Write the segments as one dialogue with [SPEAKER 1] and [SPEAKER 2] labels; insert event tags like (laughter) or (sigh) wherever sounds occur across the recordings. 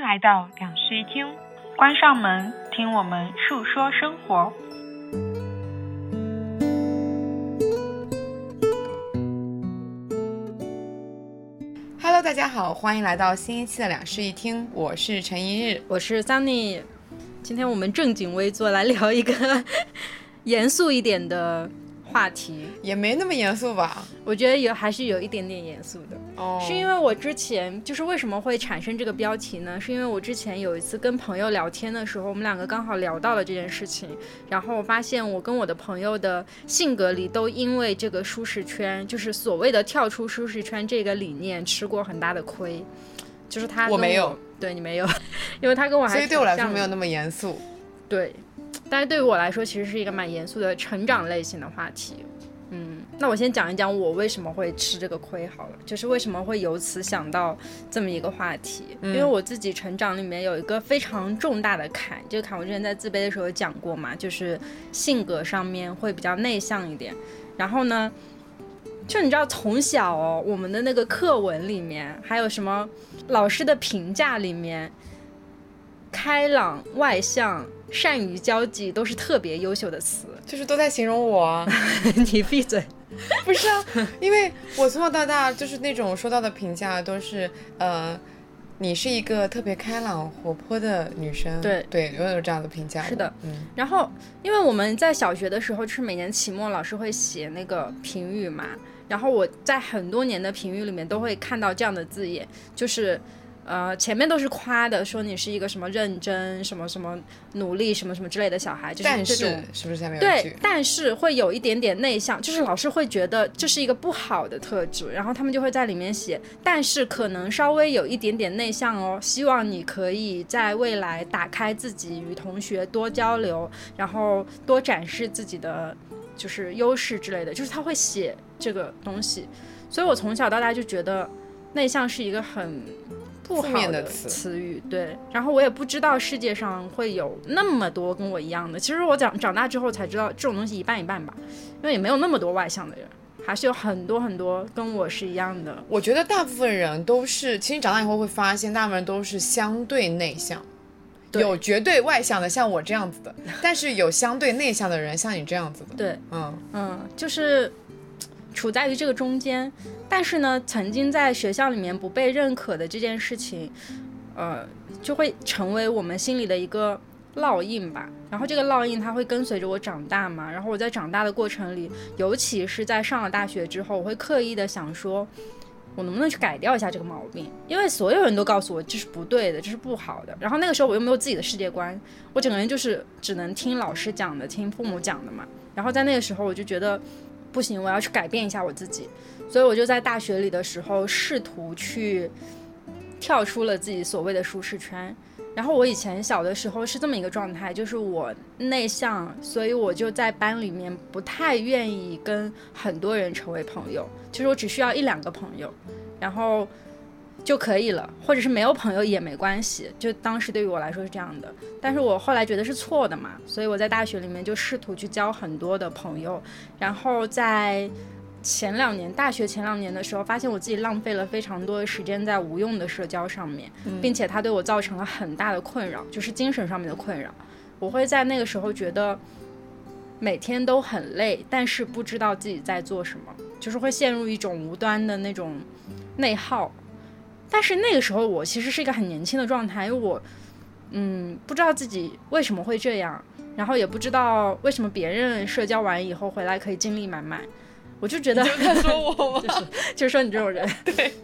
[SPEAKER 1] 来到两室一厅，关上门，听我们述说生活。
[SPEAKER 2] Hello，大家好，欢迎来到新一期的两室一厅，我是陈一日。
[SPEAKER 3] 我是 Sunny，今天我们正襟危坐来聊一个 (laughs) 严肃一点的话题，
[SPEAKER 2] 也没那么严肃吧？
[SPEAKER 3] 我觉得有还是有一点点严肃的，
[SPEAKER 2] 哦
[SPEAKER 3] 是因为我之前就是为什么会产生这个标题呢？是因为我之前有一次跟朋友聊天的时候，我们两个刚好聊到了这件事情，然后我发现我跟我的朋友的性格里都因为这个舒适圈，就是所谓的跳出舒适圈这个理念吃过很大的亏，就是他
[SPEAKER 2] 我
[SPEAKER 3] 跟
[SPEAKER 2] 没有，
[SPEAKER 3] 对你没有， (laughs) 因为他跟我还
[SPEAKER 2] 所以对我来
[SPEAKER 3] 挺
[SPEAKER 2] 说
[SPEAKER 3] 像
[SPEAKER 2] 没有
[SPEAKER 3] 的
[SPEAKER 2] 那么严肃。
[SPEAKER 3] 对，但是对于我来说，其实是一个蛮严肃的成长类型的话题。嗯，那我先讲一讲我为什么会吃这个亏好了，就是为什么会由此想到这么一个话题，因为我自己成长里面有一个非常重大的坎，这个坎我之前在自卑的时候有讲过嘛，就是性格上面会比较内向一点，然后呢。就你知道，从小哦，我们的那个课文里面，还有什么老师的评价里面，开朗、外向、善于交际都是特别优秀的词。
[SPEAKER 2] 就是都在形容我啊， (laughs)
[SPEAKER 3] 你闭嘴。
[SPEAKER 2] 不是啊，因为我从小到大就是那种收到的评价都是，呃，你是一个特别开朗活泼的女生，
[SPEAKER 3] 对
[SPEAKER 2] 对，永远有这样的评价。
[SPEAKER 3] 是的，
[SPEAKER 2] 嗯，
[SPEAKER 3] 然后，因为我们在小学的时候，就是每年期末老师会写那个评语嘛，然后我在很多年的评语里面都会看到这样的字眼，就是。呃，前面都是夸的，说你是一个什么认真、什么什么努力、什么什么之类的小孩，就是
[SPEAKER 2] 但
[SPEAKER 3] 这种
[SPEAKER 2] 是是不是下面有一
[SPEAKER 3] 对
[SPEAKER 2] 句，？
[SPEAKER 3] 但是会有一点点内向，就是老师会觉得这是一个不好的特质，然后他们就会在里面写，但是可能稍微有一点点内向哦，希望你可以在未来打开自己，与同学多交流，然后多展示自己的就是优势之类的，就是他会写这个东西，所以我从小到大就觉得内向是一个很。
[SPEAKER 2] 负
[SPEAKER 3] 不好
[SPEAKER 2] 面的
[SPEAKER 3] 的
[SPEAKER 2] 词
[SPEAKER 3] 词语，对。然后我也不知道世界上会有那么多跟我一样的。其实我长长大之后才知道，这种东西一半一半吧，因为也没有那么多外向的人，还是有很多很多跟我是一样的。
[SPEAKER 2] 我觉得大部分人都是，其实长大以后会发现，大部分人都是相对内向，
[SPEAKER 3] 对
[SPEAKER 2] 有绝对外向的，像我这样子的， (laughs) 但是有相对内向的人，像你这样子的。
[SPEAKER 3] 对，
[SPEAKER 2] 嗯，
[SPEAKER 3] 嗯，就是处在于这个中间。但是呢，曾经在学校里面不被认可的这件事情，呃，就会成为我们心里的一个烙印吧。然后这个烙印它会跟随着我长大嘛。然后我在长大的过程里，尤其是在上了大学之后，我会刻意的想说。我能不能去改掉一下这个毛病？因为所有人都告诉我这是不对的，这是不好的。然后那个时候我又没有自己的世界观，我整个人就是只能听老师讲的，听父母讲的嘛。然后在那个时候，我就觉得不行，我要去改变一下我自己。所以我就在大学里的时候，试图去跳出了自己所谓的舒适圈。然后我以前小的时候是这么一个状态，就是我内向，所以我就在班里面不太愿意跟很多人成为朋友，就是我只需要一两个朋友，然后就可以了，或者是没有朋友也没关系。就当时对于我来说是这样的，但是我后来觉得是错的嘛，所以我在大学里面就试图去交很多的朋友，然后在前两年，大学前两年的时候，发现我自己浪费了非常多的时间在无用的社交上面，并且它对我造成了很大的困扰，就是精神上面的困扰。我会在那个时候觉得每天都很累，但是不知道自己在做什么，就是会陷入一种无端的那种内耗。但是那个时候我其实是一个很年轻的状态，因为我嗯不知道自己为什么会这样，然后也不知道为什么别人社交完以后回来可以精力满满，我就觉得
[SPEAKER 2] 在说我吗？
[SPEAKER 3] (laughs) 就是说你这
[SPEAKER 2] (laughs)
[SPEAKER 3] 种人。对。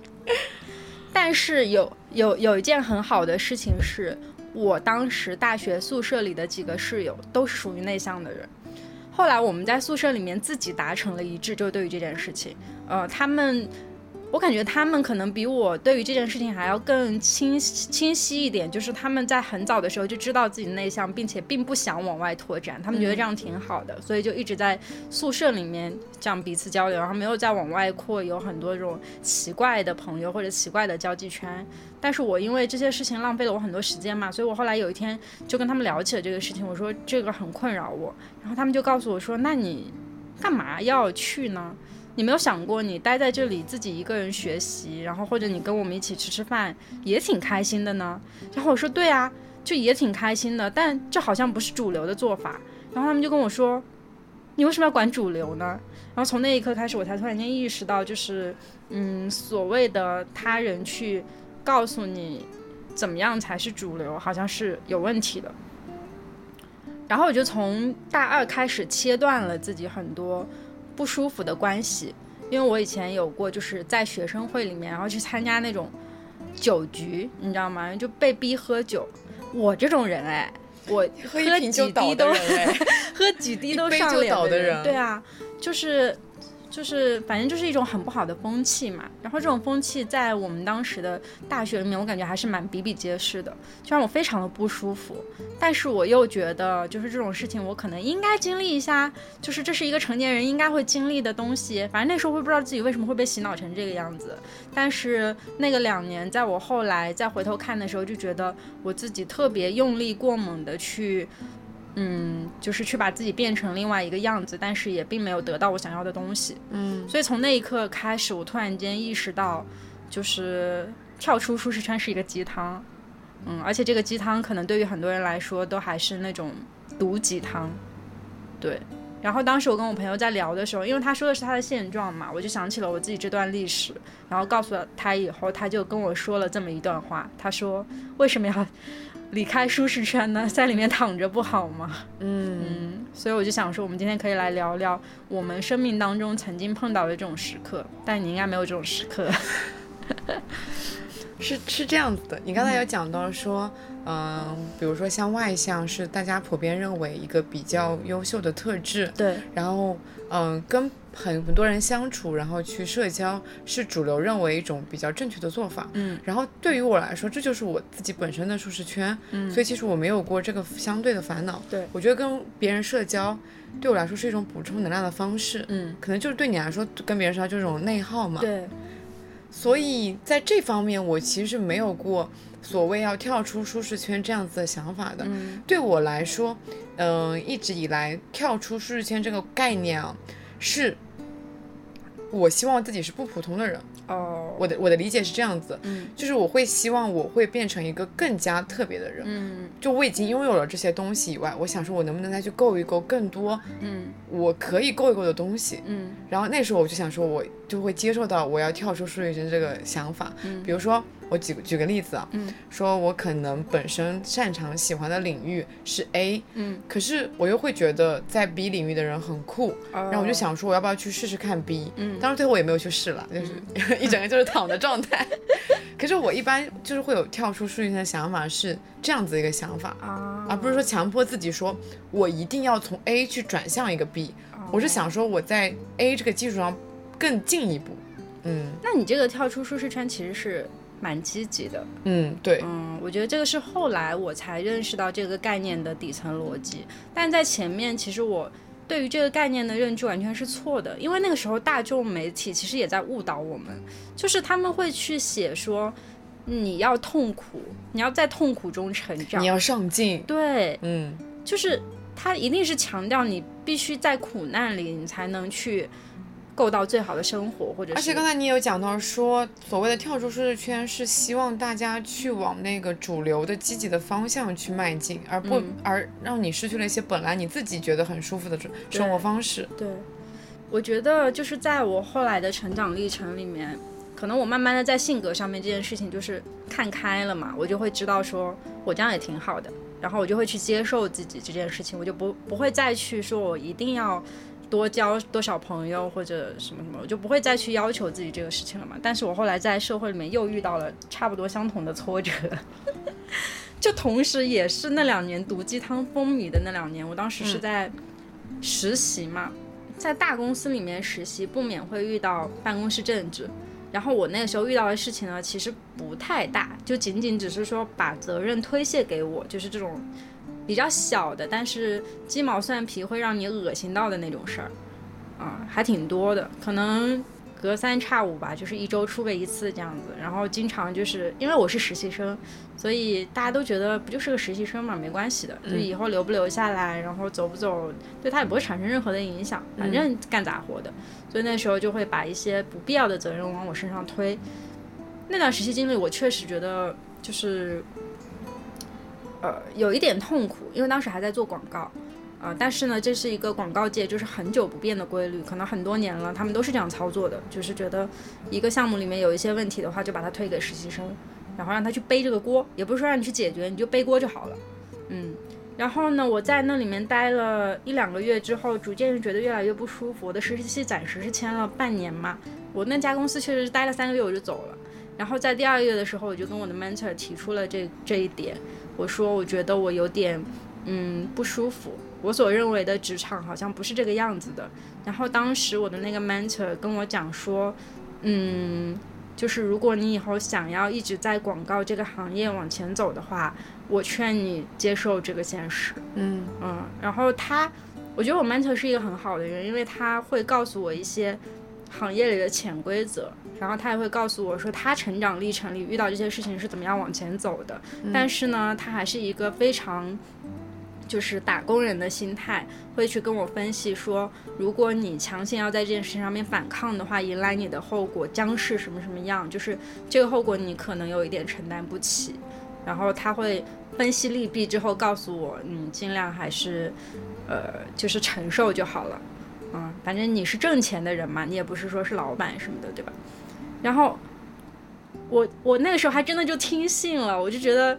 [SPEAKER 3] 但是有有有一件很好的事情是，我当时大学宿舍里的几个室友都是属于内向的人。后来我们在宿舍里面自己达成了一致，就对于这件事情，呃，他们，我感觉他们可能比我对于这件事情还要更清晰清晰一点，就是他们在很早的时候就知道自己内向，并且并不想往外拓展，他们觉得这样挺好的，所以就一直在宿舍里面这样彼此交流，然后没有再往外扩，有很多这种奇怪的朋友或者奇怪的交际圈。但是我因为这些事情浪费了我很多时间嘛，所以我后来有一天就跟他们聊起了这个事情，我说这个很困扰我，然后他们就告诉我说，那你干嘛要去呢？你没有想过，你待在这里自己一个人学习，然后或者你跟我们一起吃吃饭，也挺开心的呢。然后我说对啊，就也挺开心的，但这好像不是主流的做法。然后他们就跟我说，你为什么要管主流呢？然后从那一刻开始，我才突然间意识到，就是嗯，所谓的他人去告诉你怎么样才是主流，好像是有问题的。然后我就从大二开始切断了自己很多。不舒服的关系，因为我以前有过，就是在学生会里面，然后去参加那种酒局，你知道吗？就被逼喝酒。我这种人哎，我
[SPEAKER 2] 喝一瓶就
[SPEAKER 3] 几滴
[SPEAKER 2] 倒的
[SPEAKER 3] 都
[SPEAKER 2] 人哎，
[SPEAKER 3] 喝几滴都
[SPEAKER 2] 一杯
[SPEAKER 3] 上
[SPEAKER 2] 就
[SPEAKER 3] 脸
[SPEAKER 2] 倒的
[SPEAKER 3] 人，
[SPEAKER 2] 人
[SPEAKER 3] 对啊，就是就是，反正就是一种很不好的风气嘛。然后这种风气在我们当时的大学里面，我感觉还是蛮比比皆是的，就让我非常的不舒服。但是我又觉得，就是这种事情我可能应该经历一下，就是这是一个成年人应该会经历的东西。反正那时候我也不知道自己为什么会被洗脑成这个样子，但是那个两年，在我后来再回头看的时候，就觉得我自己特别用力过猛的去。嗯，就是去把自己变成另外一个样子，但是也并没有得到我想要的东西。
[SPEAKER 2] (laughs) 嗯，
[SPEAKER 3] 所以从那一刻开始，我突然间意识到，就是跳出舒适圈是一个鸡汤。嗯，而且这个鸡汤可能对于很多人来说都还是那种毒鸡汤。对。然后当时我跟我朋友在聊的时候，因为他说的是他的现状嘛，我就想起了我自己这段历史，然后告诉了他以后，他就跟我说了这么一段话，他说：“为什么要离开舒适圈呢？在里面躺着不好吗？”嗯，所以我就想说，我们今天可以来聊聊我们生命当中曾经碰到的这种时刻，但你应该没有这种时刻。
[SPEAKER 2] 是是这样子的。你刚才有讲到说，嗯、比如说像外向是大家普遍认为一个比较优秀的特质，
[SPEAKER 3] 对，
[SPEAKER 2] 然后嗯、跟很很多人相处，然后去社交是主流认为一种比较正确的做法。
[SPEAKER 3] (laughs) 嗯
[SPEAKER 2] 然后对于我来说，这就是我自己本身的舒适圈，
[SPEAKER 3] 嗯
[SPEAKER 2] 所以其实我没有过这个相对的烦恼。
[SPEAKER 3] 对
[SPEAKER 2] 我觉得跟别人社交，对我来说是一种补充能量的方式。
[SPEAKER 3] 嗯，
[SPEAKER 2] 可能就是对你来说，跟别人社交就是一种内耗嘛。
[SPEAKER 3] 对，
[SPEAKER 2] 所以在这方面，我其实没有过所谓要跳出舒适圈这样子的想法的。
[SPEAKER 3] 嗯
[SPEAKER 2] 对我来说，嗯、一直以来跳出舒适圈这个概念啊，是我希望自己是不普通的人。
[SPEAKER 3] 哦，
[SPEAKER 2] 我的我的理解是这样子，
[SPEAKER 3] 嗯
[SPEAKER 2] 就是我会希望我会变成一个更加特别的人。
[SPEAKER 3] 嗯
[SPEAKER 2] 就我已经拥有了这些东西以外，我想说，我能不能再去够一够更多
[SPEAKER 3] 嗯
[SPEAKER 2] 我可以够一够的东西？
[SPEAKER 3] 嗯
[SPEAKER 2] 然后那时候我就想说，我就会接受到我要跳出舒适圈这个想法。
[SPEAKER 3] 嗯
[SPEAKER 2] 比如说，我举举个例子啊，
[SPEAKER 3] 嗯
[SPEAKER 2] 说我可能本身擅长喜欢的领域是 A，
[SPEAKER 3] 嗯，
[SPEAKER 2] 可是我又会觉得在 B 领域的人很酷，
[SPEAKER 3] 然
[SPEAKER 2] 然后我就，想说，我要不要去试试看 B？
[SPEAKER 3] 嗯
[SPEAKER 2] 当然最后我也没有去试了，就是 (laughs) 一整个就是躺的状态。 (laughs) 可是我一般就是会有跳出舒适圈的想法，是这样子一个想法，
[SPEAKER 3] 啊
[SPEAKER 2] 而不是说强迫自己说我一定要从 A 去转向一个 B。我是，想说我在 A 这个基础上更进一步。嗯
[SPEAKER 3] 那你这个跳出舒适圈其实是蛮积极的，
[SPEAKER 2] 嗯，对，
[SPEAKER 3] 嗯，我觉得这个是后来我才认识到这个概念的底层逻辑，但在前面其实我对于这个概念的认知完全是错的，因为那个时候大众媒体其实也在误导我们，就是他们会去写说你要痛苦，你要在痛苦中成长，
[SPEAKER 2] 你要上进。
[SPEAKER 3] 对，
[SPEAKER 2] 嗯
[SPEAKER 3] 就是他一定是强调你必须在苦难里你才能去够到最好的生活，或者是
[SPEAKER 2] 而且刚才你有讲到说，所谓的跳出舒适圈是希望大家去往那个主流的积极的方向去迈进，而不、
[SPEAKER 3] 嗯
[SPEAKER 2] 而让你失去了一些本来你自己觉得很舒服的生生活方式。
[SPEAKER 3] 对，我觉得就是在我后来的成长历程里面，可能我慢慢的在性格上面这件事情就是看开了嘛，我就会知道说我这样也挺好的，然后我就会去接受自己这件事情，我就不不会再去说我一定要。多交多少朋友或者什么什么，我就不会再去要求自己这个事情了嘛。但是我后来在社会里面又遇到了差不多相同的挫折， (laughs) 就同时也是那两年毒鸡汤风靡的那两年，我当时是
[SPEAKER 2] 嗯
[SPEAKER 3] 在实习嘛，在大公司里面实习，不免会遇到办公室政治。然后我那个时候遇到的事情呢，其实不太大，就仅仅只是说把责任推卸给我，就是这种比较小的，但是鸡毛蒜皮会让你恶心到的那种事儿，啊、还挺多的。可能隔三差五吧，就是一周出个一次这样子。然后经常就是因为我是实习生，所以大家都觉得不就是个实习生嘛，没关系的，就以后留不留下来，然后走不走，对他也不会产生任何的影响，反正干杂活的。所以那时候就会把一些不必要的责任往我身上推。那段实习经历，我确实觉得就是，呃，有一点痛苦，因为当时还在做广告，呃，但是呢，这是一个广告界就是很久不变的规律，可能很多年了，他们都是这样操作的，就是觉得一个项目里面有一些问题的话，就把它推给实习生，然后让他去背这个锅，也不是说让你去解决，你就背锅就好了，嗯。然后呢，我在那里面待了一两个月之后，逐渐觉得越来越不舒服。我的实习期暂时是签了半年嘛，我那家公司确实是待了三个月我就走了。然后在第二个月的时候，我就跟我的 mentor 提出了这这一点，我说我觉得我有点嗯不舒服，我所认为的职场好像不是这个样子的。然后当时我的那个 mentor 跟我讲说，嗯，就是如果你以后想要一直在广告这个行业往前走的话，我劝你接受这个现实。
[SPEAKER 2] 嗯
[SPEAKER 3] 嗯，然后他，我觉得我 mentor 是一个很好的人，因为他会告诉我一些行业里的潜规则，然后他也会告诉我说他成长历程里遇到这些事情是怎么样往前走的。但是呢，他还是一个非常。就是打工人的心态，会去跟我分析说，如果你强行要在这件事情上面反抗的话，迎来你的后果将是什么什么样，就是这个后果你可能有一点承担不起。然后他会分析利弊之后告诉我，你尽量还是，呃，就是承受就好了。嗯，反正你是挣钱的人嘛，你也不是说是老板什么的，对吧？然后我我那个时候还真的就听信了，我就觉得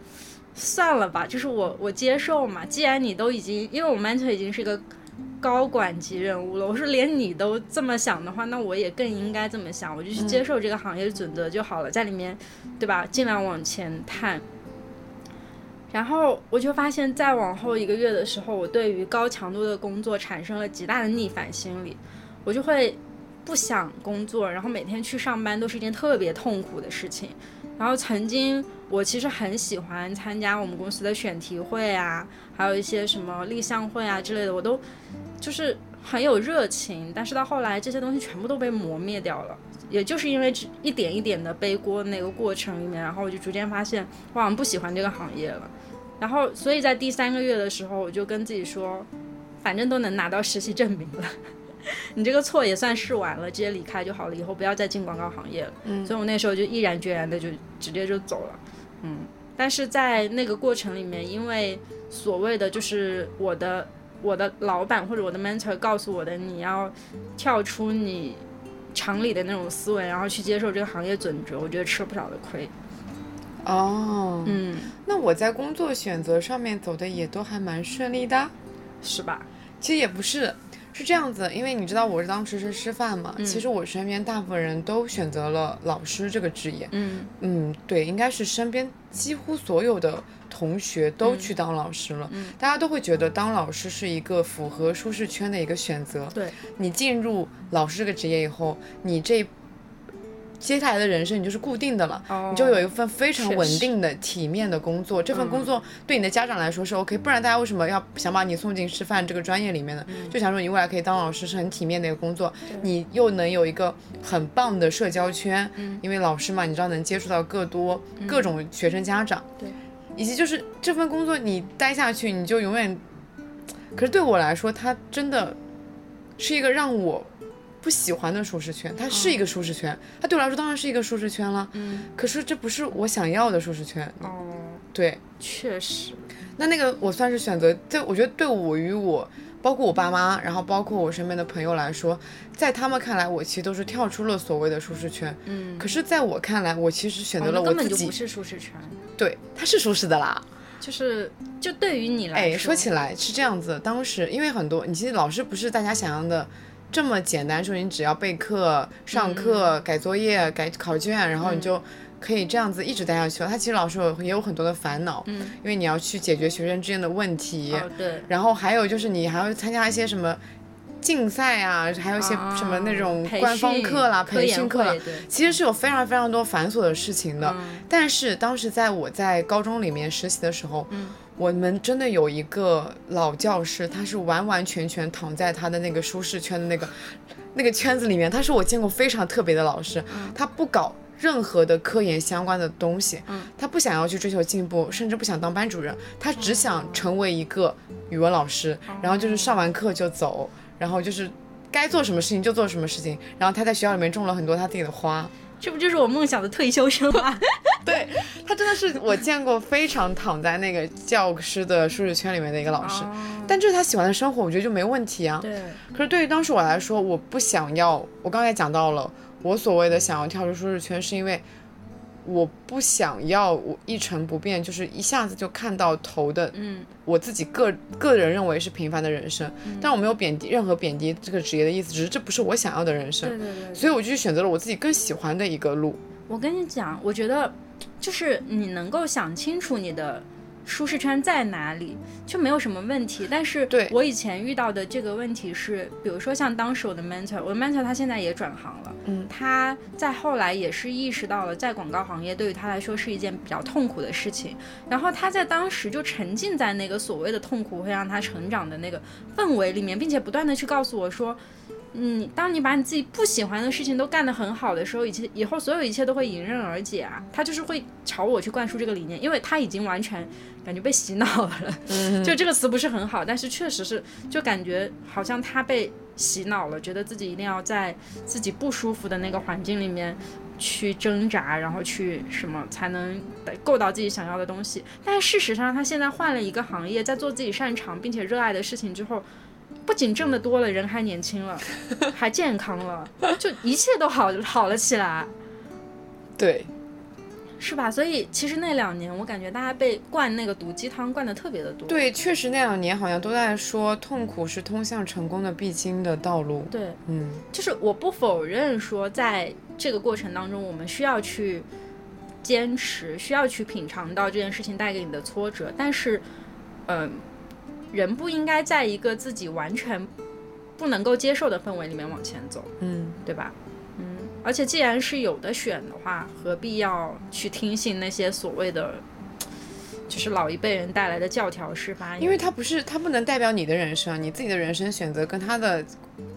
[SPEAKER 3] 算了吧，就是我我接受嘛，既然你都已经，因为我 mentor 已经是个高管级人物了，我说连你都这么想的话，那我也更应该这么想，我就去接受这个行业准则就好了，在里面，对吧？尽量往前探。然后我就发现，再往后一个月的时候，我对于高强度的工作产生了极大的逆反心理，我就会不想工作，然后每天去上班都是一件特别痛苦的事情。然后曾经我其实很喜欢参加我们公司的选题会啊，还有一些什么立项会啊之类的，我都就是很有热情。但是到后来，这些东西全部都被磨灭掉了，也就是因为这一点一点的背锅那个过程里面，然后我就逐渐发现，我好像不喜欢这个行业了。然后，所以在第三个月的时候，我就跟自己说，反正都能拿到实习证明了， (laughs) 你这个错也算试完了，直接离开就好了，以后不要再进广告行业了。
[SPEAKER 2] 嗯
[SPEAKER 3] 所以我那时候就毅然决然的就直接就走了，嗯，但是在那个过程里面，因为所谓的就是我的我的老板或者我的 mentor 告诉我的，你要跳出你常理的那种思维，然后去接受这个行业准则，我觉得吃了不少的亏，
[SPEAKER 2] 哦，
[SPEAKER 3] 嗯，
[SPEAKER 2] 那我在工作选择上面走的也都还蛮顺利的。
[SPEAKER 3] 是吧？
[SPEAKER 2] 其实也不是，是这样子，因为你知道我是当时是师范嘛，
[SPEAKER 3] 嗯
[SPEAKER 2] 其实我身边大部分人都选择了老师这个职业。
[SPEAKER 3] 嗯
[SPEAKER 2] 嗯，对，应该是身边几乎所有的同学都去当老师了，大家都会觉得当老师是一个符合舒适圈的一个选择。
[SPEAKER 3] 对，
[SPEAKER 2] 你进入老师这个职业以后，你这接下来的人生你就是固定的了。
[SPEAKER 3] 哦，
[SPEAKER 2] 你就有一份非常
[SPEAKER 3] 确
[SPEAKER 2] 稳
[SPEAKER 3] 实嗯
[SPEAKER 2] 定的、体面的工作。这份工作对你的家长来说是 OK，、不然大家为什么要想把你送进师范这个专业里面呢？
[SPEAKER 3] 嗯
[SPEAKER 2] 就想说你未来可以当老师，是很体面的一个工作，你又能有一个很棒的社交圈，
[SPEAKER 3] 嗯
[SPEAKER 2] 因为老师嘛，你知道能接触到更多、各种学生家长，
[SPEAKER 3] 对，
[SPEAKER 2] 以及就是这份工作你待下去，你就永远。可是对我来说，它真的是一个让我不喜欢的舒适圈，它是一个舒适圈，它对我来说当然是一个舒适圈了。
[SPEAKER 3] 嗯
[SPEAKER 2] 可是这不是我想要的舒适圈。
[SPEAKER 3] 哦，
[SPEAKER 2] 对，
[SPEAKER 3] 确实，
[SPEAKER 2] 那那个我算是选择，对我觉得对我与我，包括我爸妈，然后包括我身边的朋友来说，在他们看来，我其实都是跳出了所谓的舒适圈。
[SPEAKER 3] 嗯，
[SPEAKER 2] 可是在我看来，我其实选择
[SPEAKER 3] 哦那
[SPEAKER 2] 了我
[SPEAKER 3] 根本
[SPEAKER 2] 自
[SPEAKER 3] 就
[SPEAKER 2] 己。
[SPEAKER 3] 不是舒适圈，
[SPEAKER 2] 对，它是舒适的啦。
[SPEAKER 3] 就是就对于你来
[SPEAKER 2] 哎，说起来是这样子，当时因为很多，你其实老师不是大家想象的这么简单，说你只要备课、上
[SPEAKER 3] 嗯
[SPEAKER 2] 课、改作业、改考卷，然后你就可以这样子一直待下去了。他其实老师有也有很多的烦恼，嗯，因为你要去解决学生之间的问题，
[SPEAKER 3] 哦对，
[SPEAKER 2] 然后还有就是你还要参加一些什么竞赛啊，还有一些
[SPEAKER 3] 啊
[SPEAKER 2] 什么那种
[SPEAKER 3] 培
[SPEAKER 2] 官方
[SPEAKER 3] 训
[SPEAKER 2] 课啦、
[SPEAKER 3] 科
[SPEAKER 2] 培
[SPEAKER 3] 研
[SPEAKER 2] 训课啦
[SPEAKER 3] 会，对嗯
[SPEAKER 2] 其实是有非常嗯非常多繁琐的事情的。但是当时在我在高中里面实习的时候，我们真的有一个老教师，他是完完全全躺在他的那个舒适圈的那个那个圈子里面，他是我见过非常特别的老师，他不搞任何的科研相关的东西，他不想要去追求进步，甚至不想当班主任，他只想成为一个语文老师，然后就是上完课就走，然后就是该做什么事情就做什么事情，然后他在学校里面种了很多他自己的花，
[SPEAKER 3] 这不就是我梦想的退休生活？啊
[SPEAKER 2] 对他真的是我见过非常躺在那个教师的舒适圈里面的一个老师，但这是他喜欢的生活，我觉得就没问题啊。
[SPEAKER 3] 哦对，
[SPEAKER 2] 可是对于当时我来说，我不想要。我刚才讲到了，我所谓的想要跳出舒适圈，是因为我不想要我一成不变，就是一下子就看到头的。
[SPEAKER 3] 嗯，
[SPEAKER 2] 我自己个个人认为是平凡的人生，但我没有贬低任何贬低这个职业的意思，只是这不是我想要的人生，
[SPEAKER 3] 对对对。
[SPEAKER 2] 所以我就选择了我自己更喜欢的一个路。
[SPEAKER 3] 我跟你讲，我觉得就是你能够想清楚你的舒适圈在哪里，就没有什么问题。但是
[SPEAKER 2] 对
[SPEAKER 3] 我以前遇到的这个问题是，比如说像当时我的 mentor，我的 mentor 他现在也转行了，
[SPEAKER 2] 嗯，
[SPEAKER 3] 他在后来也是意识到了，在广告行业对于他来说是一件比较痛苦的事情，然后他在当时就沉浸在那个所谓的痛苦会让他成长的那个氛围里面，并且不断的去告诉我说，嗯，当你把你自己不喜欢的事情都干得很好的时候，以前以后所有一切都会迎刃而解啊。他就是会朝我去灌输这个理念，因为他已经完全感觉被洗脑了。 (laughs) 就这个词不是很好，但是确实是，就感觉好像他被洗脑了，觉得自己一定要在自己不舒服的那个环境里面去挣扎，然后去什么才能够到自己想要的东西。但是事实上，他现在换了一个行业，在做自己擅长并且热爱的事情之后，不仅挣得多了，人还年轻了，还健康了，就一切都好好了起来，
[SPEAKER 2] 对，
[SPEAKER 3] 是吧？所以其实那两年，我感觉大家被灌那个毒鸡汤灌的特别的多。
[SPEAKER 2] 对，确实那两年好像都在说痛苦是通向成功的必经的道路。
[SPEAKER 3] 对，
[SPEAKER 2] 嗯，
[SPEAKER 3] 就是我不否认说，在这个过程当中，我们需要去坚持，需要去品尝到这件事情带给你的挫折，但是，嗯、人不应该在一个自己完全不能够接受的氛围里面往前走。
[SPEAKER 2] 嗯，
[SPEAKER 3] 对吧？嗯，而且既然是有的选的话，何必要去听信那些所谓的，就是老一辈人带来的教条式发言？
[SPEAKER 2] 因为它不是，它不能代表你的人生，你自己的人生选择跟他的，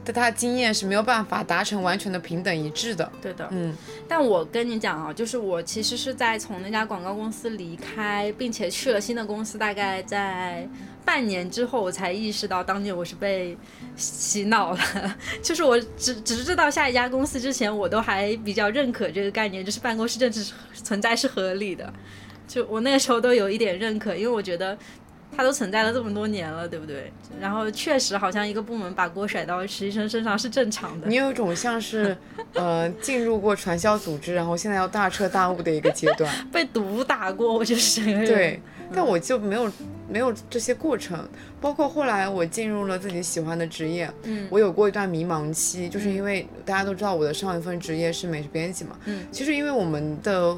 [SPEAKER 2] 跟他的经验是没有办法达成完全的平等一致的。
[SPEAKER 3] 对的，
[SPEAKER 2] 嗯，
[SPEAKER 3] 但我跟你讲啊，就是我其实是在从那家广告公司离开，并且去了新的公司，大概在半年之后，我才意识到当年我是被洗脑了。 (laughs) 就是我直直至到下一家公司之前，我都还比较认可这个概念，就是办公室政治是存在是合理的。就我那个时候都有一点认可，因为我觉得。它都存在了这么多年了，对不对？然后确实好像一个部门把锅甩到实习生身上是正常的。
[SPEAKER 2] 你有一种像是，呃，进入过传销组织，然后现在要大彻大悟的一个阶段。
[SPEAKER 3] 被毒打过，我就是整个人
[SPEAKER 2] 对，
[SPEAKER 3] 嗯
[SPEAKER 2] 但我就没有没有这些过程，包括后来我进入了自己喜欢的职业，
[SPEAKER 3] 嗯
[SPEAKER 2] 我有过一段迷茫期，就是因为大家都知道我的上一份职业是美食编辑嘛，
[SPEAKER 3] 嗯
[SPEAKER 2] 其实因为我们的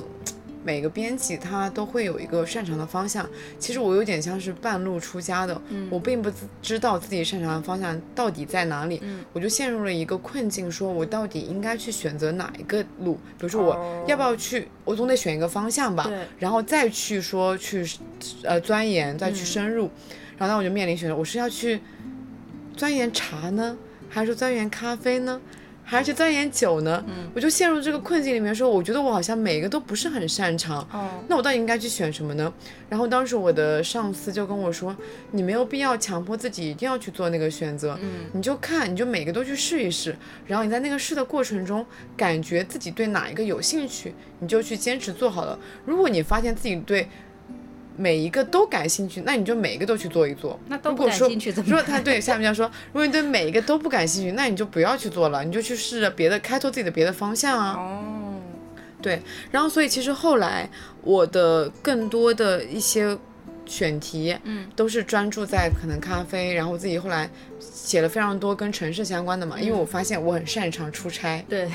[SPEAKER 2] 每个编辑他都会有一个擅长的方向，其实我有点像是半路出家的，
[SPEAKER 3] 嗯
[SPEAKER 2] 我并不自知道自己擅长的方向到底在哪里，
[SPEAKER 3] 嗯
[SPEAKER 2] 我就陷入了一个困境，说我到底应该去选择哪一个路，比如说我
[SPEAKER 3] 哦
[SPEAKER 2] 要不要去，我总得选一个方向吧，
[SPEAKER 3] 对
[SPEAKER 2] 然后再去说去呃钻研，再去深入。然后那我就面临选择，我是要去钻研茶呢，还是钻研咖啡呢？还是钻研酒呢？我就陷入这个困境里面说，我觉得我好像每一个都不是很擅长。
[SPEAKER 3] 哦，
[SPEAKER 2] 那我到底应该去选什么呢？然后当时我的上司就跟我说，你没有必要强迫自己一定要去做那个选择，
[SPEAKER 3] 嗯
[SPEAKER 2] 你就看，你就每个都去试一试，然后你在那个试的过程中，感觉自己对哪一个有兴趣，你就去坚持做好了。如果你发现自己对每一个都感兴趣，那你就每一个都去做一做。
[SPEAKER 3] 那都
[SPEAKER 2] 如
[SPEAKER 3] 不
[SPEAKER 2] 果
[SPEAKER 3] 感
[SPEAKER 2] 说
[SPEAKER 3] 兴趣怎么
[SPEAKER 2] 如果
[SPEAKER 3] 办？
[SPEAKER 2] 他对下面这样说，如果你对每一个都不感兴趣，那你就不要去做了，你就去试着别的，开拓自己的别的方向啊。
[SPEAKER 3] 哦，
[SPEAKER 2] 对，然后所以其实后来我的更多的一些选题，
[SPEAKER 3] 嗯，
[SPEAKER 2] 都是专注在可能咖啡，然后自己后来写了非常多跟城市相关的嘛，因为我发现我很擅长出差， (laughs)
[SPEAKER 3] 对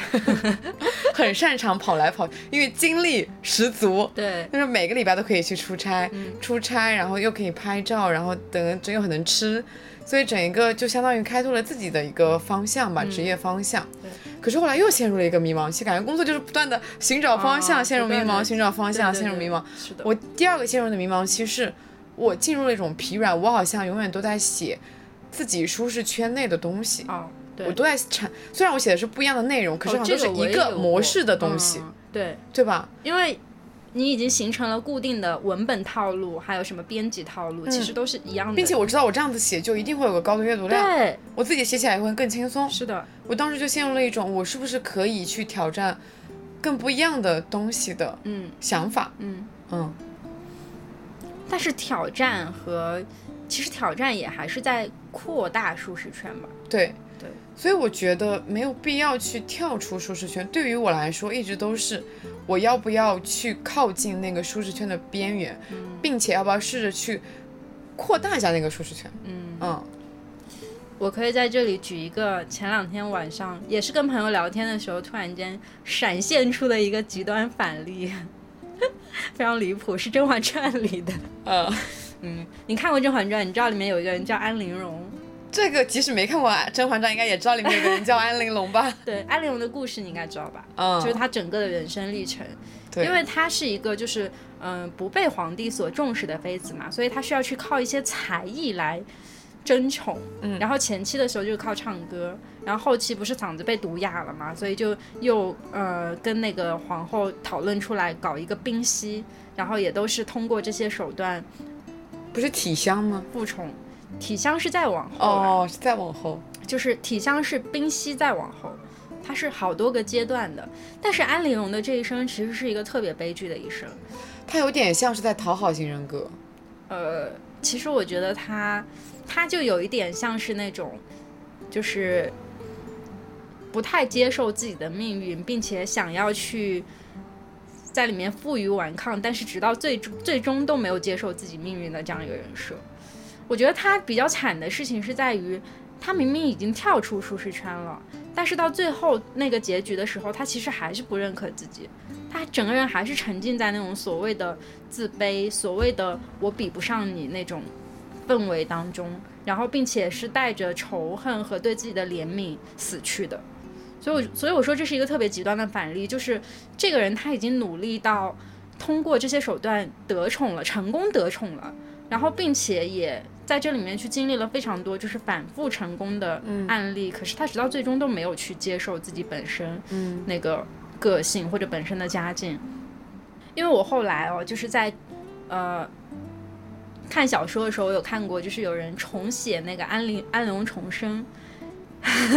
[SPEAKER 3] (laughs)
[SPEAKER 2] 很擅长跑来跑，因为精力十足。
[SPEAKER 3] 对，
[SPEAKER 2] 就是每个礼拜都可以去出差，
[SPEAKER 3] 嗯
[SPEAKER 2] 出差，然后又可以拍照，然后等这又很能吃，所以整一个就相当于开拓了自己的一个方向吧，职业方向
[SPEAKER 3] 嗯对。
[SPEAKER 2] 可是后来又陷入了一个迷茫期，感觉工作就是不断的寻找方向，
[SPEAKER 3] 啊
[SPEAKER 2] 陷入
[SPEAKER 3] 不
[SPEAKER 2] 迷
[SPEAKER 3] 断地
[SPEAKER 2] 茫，寻找方向，
[SPEAKER 3] 对对
[SPEAKER 2] 陷入迷
[SPEAKER 3] 对
[SPEAKER 2] 茫。
[SPEAKER 3] 是的，
[SPEAKER 2] 我第二个陷入的迷茫期是，我进入了一种疲软，我好像永远都在写自己舒适圈内的东西，
[SPEAKER 3] 啊，对
[SPEAKER 2] 嗯我，都在产。虽然我写的是不一样的内容，可是
[SPEAKER 3] 哦
[SPEAKER 2] 好
[SPEAKER 3] 这
[SPEAKER 2] 像都是
[SPEAKER 3] 我
[SPEAKER 2] 一
[SPEAKER 3] 也
[SPEAKER 2] 个
[SPEAKER 3] 有
[SPEAKER 2] 模
[SPEAKER 3] 过
[SPEAKER 2] 式的东西，
[SPEAKER 3] 嗯对，
[SPEAKER 2] 对吧？
[SPEAKER 3] 因为你已经形成了固定的文本套路，还有什么编辑套路，其实都是一样的，
[SPEAKER 2] 嗯并且我知道我这样子写就一定会有个高的阅读量，
[SPEAKER 3] 对，
[SPEAKER 2] 我自己写起来也会更轻松。
[SPEAKER 3] 是的，
[SPEAKER 2] 我当时就陷入了一种我是不是可以去挑战更不一样的东西的
[SPEAKER 3] 嗯
[SPEAKER 2] 想法。
[SPEAKER 3] 嗯。
[SPEAKER 2] 嗯，
[SPEAKER 3] 但是挑战和其实挑战也还是在扩大舒适圈吧。
[SPEAKER 2] 对
[SPEAKER 3] 对，
[SPEAKER 2] 所以我觉得没有必要去跳出舒适圈。对于我来说，一直都是我要不要去靠近那个舒适圈的边缘，
[SPEAKER 3] 嗯
[SPEAKER 2] 并且要不要试着去扩大一下那个舒适圈。
[SPEAKER 3] 嗯，
[SPEAKER 2] 嗯
[SPEAKER 3] 我可以在这里举一个前两天晚上也是跟朋友聊天的时候，突然间闪现出的一个极端反例， (laughs) 非常离谱，是《甄嬛传》里的。
[SPEAKER 2] 呃，
[SPEAKER 3] 嗯，你看过《甄嬛传》，你知道里面有一个人叫安陵容。
[SPEAKER 2] 这个即使没看过《甄嬛传》，应该也知道里面有个人叫安陵容
[SPEAKER 3] (laughs)
[SPEAKER 2] 吧？
[SPEAKER 3] 对，安陵容的故事你应该知道吧？
[SPEAKER 2] 嗯，
[SPEAKER 3] 就是她整个的人生历程。
[SPEAKER 2] 对
[SPEAKER 3] 因为她是一个就是嗯、呃不被皇帝所重视的妃子嘛，所以她需要去靠一些才艺来争宠。
[SPEAKER 2] 嗯
[SPEAKER 3] 然后前期的时候就是靠唱歌，然后后期不是嗓子被毒哑了嘛，所以就又呃跟那个皇后讨论出来搞一个冰嬉，然后也都是通过这些手段
[SPEAKER 2] 不是体香吗？
[SPEAKER 3] 复宠。体香是再往后了，
[SPEAKER 2] 哦，是再往后。
[SPEAKER 3] 就是体香是冰嬉再往后，它是好多个阶段的。但是安陵容的这一生其实是一个特别悲剧的一生。
[SPEAKER 2] 他有点像是在讨好型人格，
[SPEAKER 3] 呃，其实我觉得他，他就有一点像是那种，就是不太接受自己的命运，并且想要去在里面负隅顽抗，但是直到最终最终都没有接受自己命运的这样一个人设。我觉得他比较惨的事情是在于，他明明已经跳出舒适圈了，但是到最后那个结局的时候，他其实还是不认可自己，他整个人还是沉浸在那种所谓的自卑、所谓的我比不上你那种氛围当中，然后并且是带着仇恨和对自己的怜悯死去的。所以我所以我说这是一个特别极端的反例，就是这个人他已经努力到通过这些手段得宠了，成功得宠了，然后并且也在这里面去经历了非常多就是反复成功的案例，可是他直到最终都没有去接受自己本身
[SPEAKER 2] 嗯
[SPEAKER 3] 那个个性或者本身的家境。因为我后来哦，就是在呃看小说的时候有看过，就是有人重写那个安陵安陵容重生，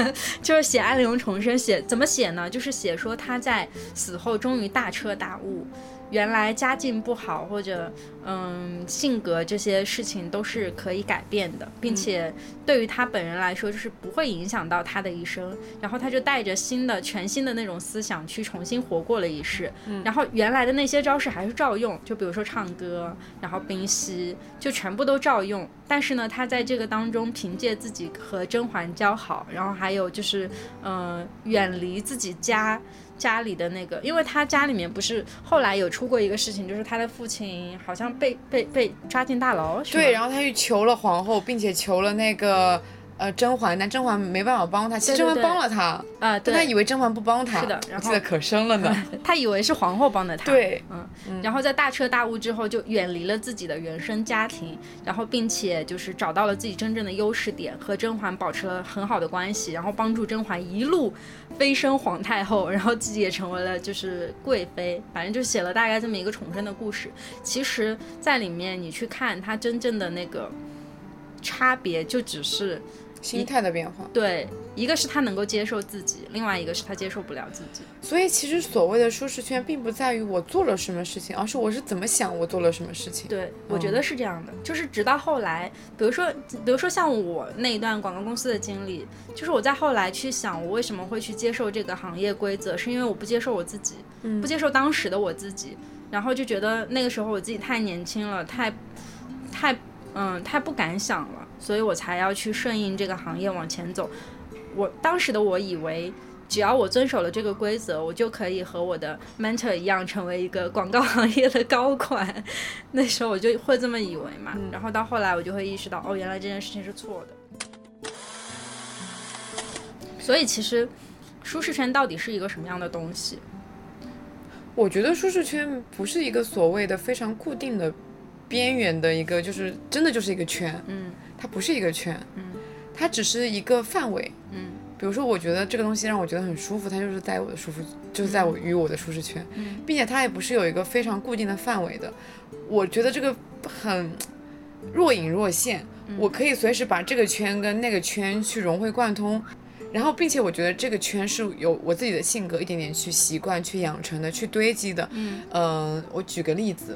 [SPEAKER 3] (laughs) 就是写安陵容重生写怎么写呢？就是写说她在死后终于大彻大悟，原来家境不好或者嗯性格这些事情都是可以改变的，并且对于她本人来说就是不会影响到她的一生。然后她就带着新的全新的那种思想去重新活过了一世，
[SPEAKER 2] 嗯
[SPEAKER 3] 然后原来的那些招式还是照用，就比如说唱歌，然后冰嬉，就全部都照用。但是呢，她在这个当中凭借自己和甄嬛交好，然后还有就是呃远离自己家。家里的那个，因为她家里面不是后来有出过一个事情，就是她的父亲好像被被被抓进大牢，是吗
[SPEAKER 2] 对，然后他去求了皇后，并且求了那个呃甄嬛，但甄嬛没办法帮他，其实
[SPEAKER 3] 对
[SPEAKER 2] 甄嬛
[SPEAKER 3] 对对
[SPEAKER 2] 帮了他，
[SPEAKER 3] 啊、对，
[SPEAKER 2] 但他以为甄嬛不帮他，
[SPEAKER 3] 是的
[SPEAKER 2] 我
[SPEAKER 3] 然
[SPEAKER 2] 记
[SPEAKER 3] 后
[SPEAKER 2] 得可深了呢。
[SPEAKER 3] (laughs) 他以为是皇后帮的他。
[SPEAKER 2] 对，
[SPEAKER 3] 嗯，然后在大彻大悟之后，就远离了自己的原生家庭，然后并且就是找到了自己真正的优势点，和甄嬛保持了很好的关系，然后帮助甄嬛一路飞升皇太后，然后自己也成为了就是贵妃，反正就写了大概这么一个重生的故事。其实，在里面你去看他真正的那个差别，就只是
[SPEAKER 2] 心态的变化。
[SPEAKER 3] 对，一个是他能够接受自己，另外一个是他接受不了自己。
[SPEAKER 2] 所以其实所谓的舒适圈，并不在于我做了什么事情，而是我是怎么想我做了什么事情。
[SPEAKER 3] 对，我觉得是这样的，就是直到后来，比如说，比如说像我那一段广告公司的经历，就是我在后来去想，我为什么会去接受这个行业规则，是因为我不接受我自己，不接受当时的我自己，然后就觉得那个时候我自己太年轻了，太，太，嗯，太不敢想了，所以我才要去顺应这个行业往前走。我当时的我以为。只要我遵守了这个规则，我就可以和我的 mentor 一样，成为一个广告行业的高管。那时候我就会这么以为嘛，然后到后来我就会意识到，哦，原来这件事情是错的。所以其实，舒适圈到底是一个什么样的东西？
[SPEAKER 2] 我觉得舒适圈不是一个所谓的非常固定的边缘的一个，就是真的就是一个圈，
[SPEAKER 3] 嗯
[SPEAKER 2] 它不是一个圈，
[SPEAKER 3] 嗯
[SPEAKER 2] 它只是一个范围。
[SPEAKER 3] 嗯
[SPEAKER 2] 比如说，我觉得这个东西让我觉得很舒服，它就是在我的舒服，就是在我与我的舒适圈，
[SPEAKER 3] 嗯
[SPEAKER 2] 并且它也不是有一个非常固定的范围的。我觉得这个很若隐若现，
[SPEAKER 3] 嗯
[SPEAKER 2] 我可以随时把这个圈跟那个圈去融会贯通。然后，并且我觉得这个圈是有我自己的性格一点点去习惯、去养成的、去堆积的。
[SPEAKER 3] 嗯
[SPEAKER 2] 嗯，我举个例子，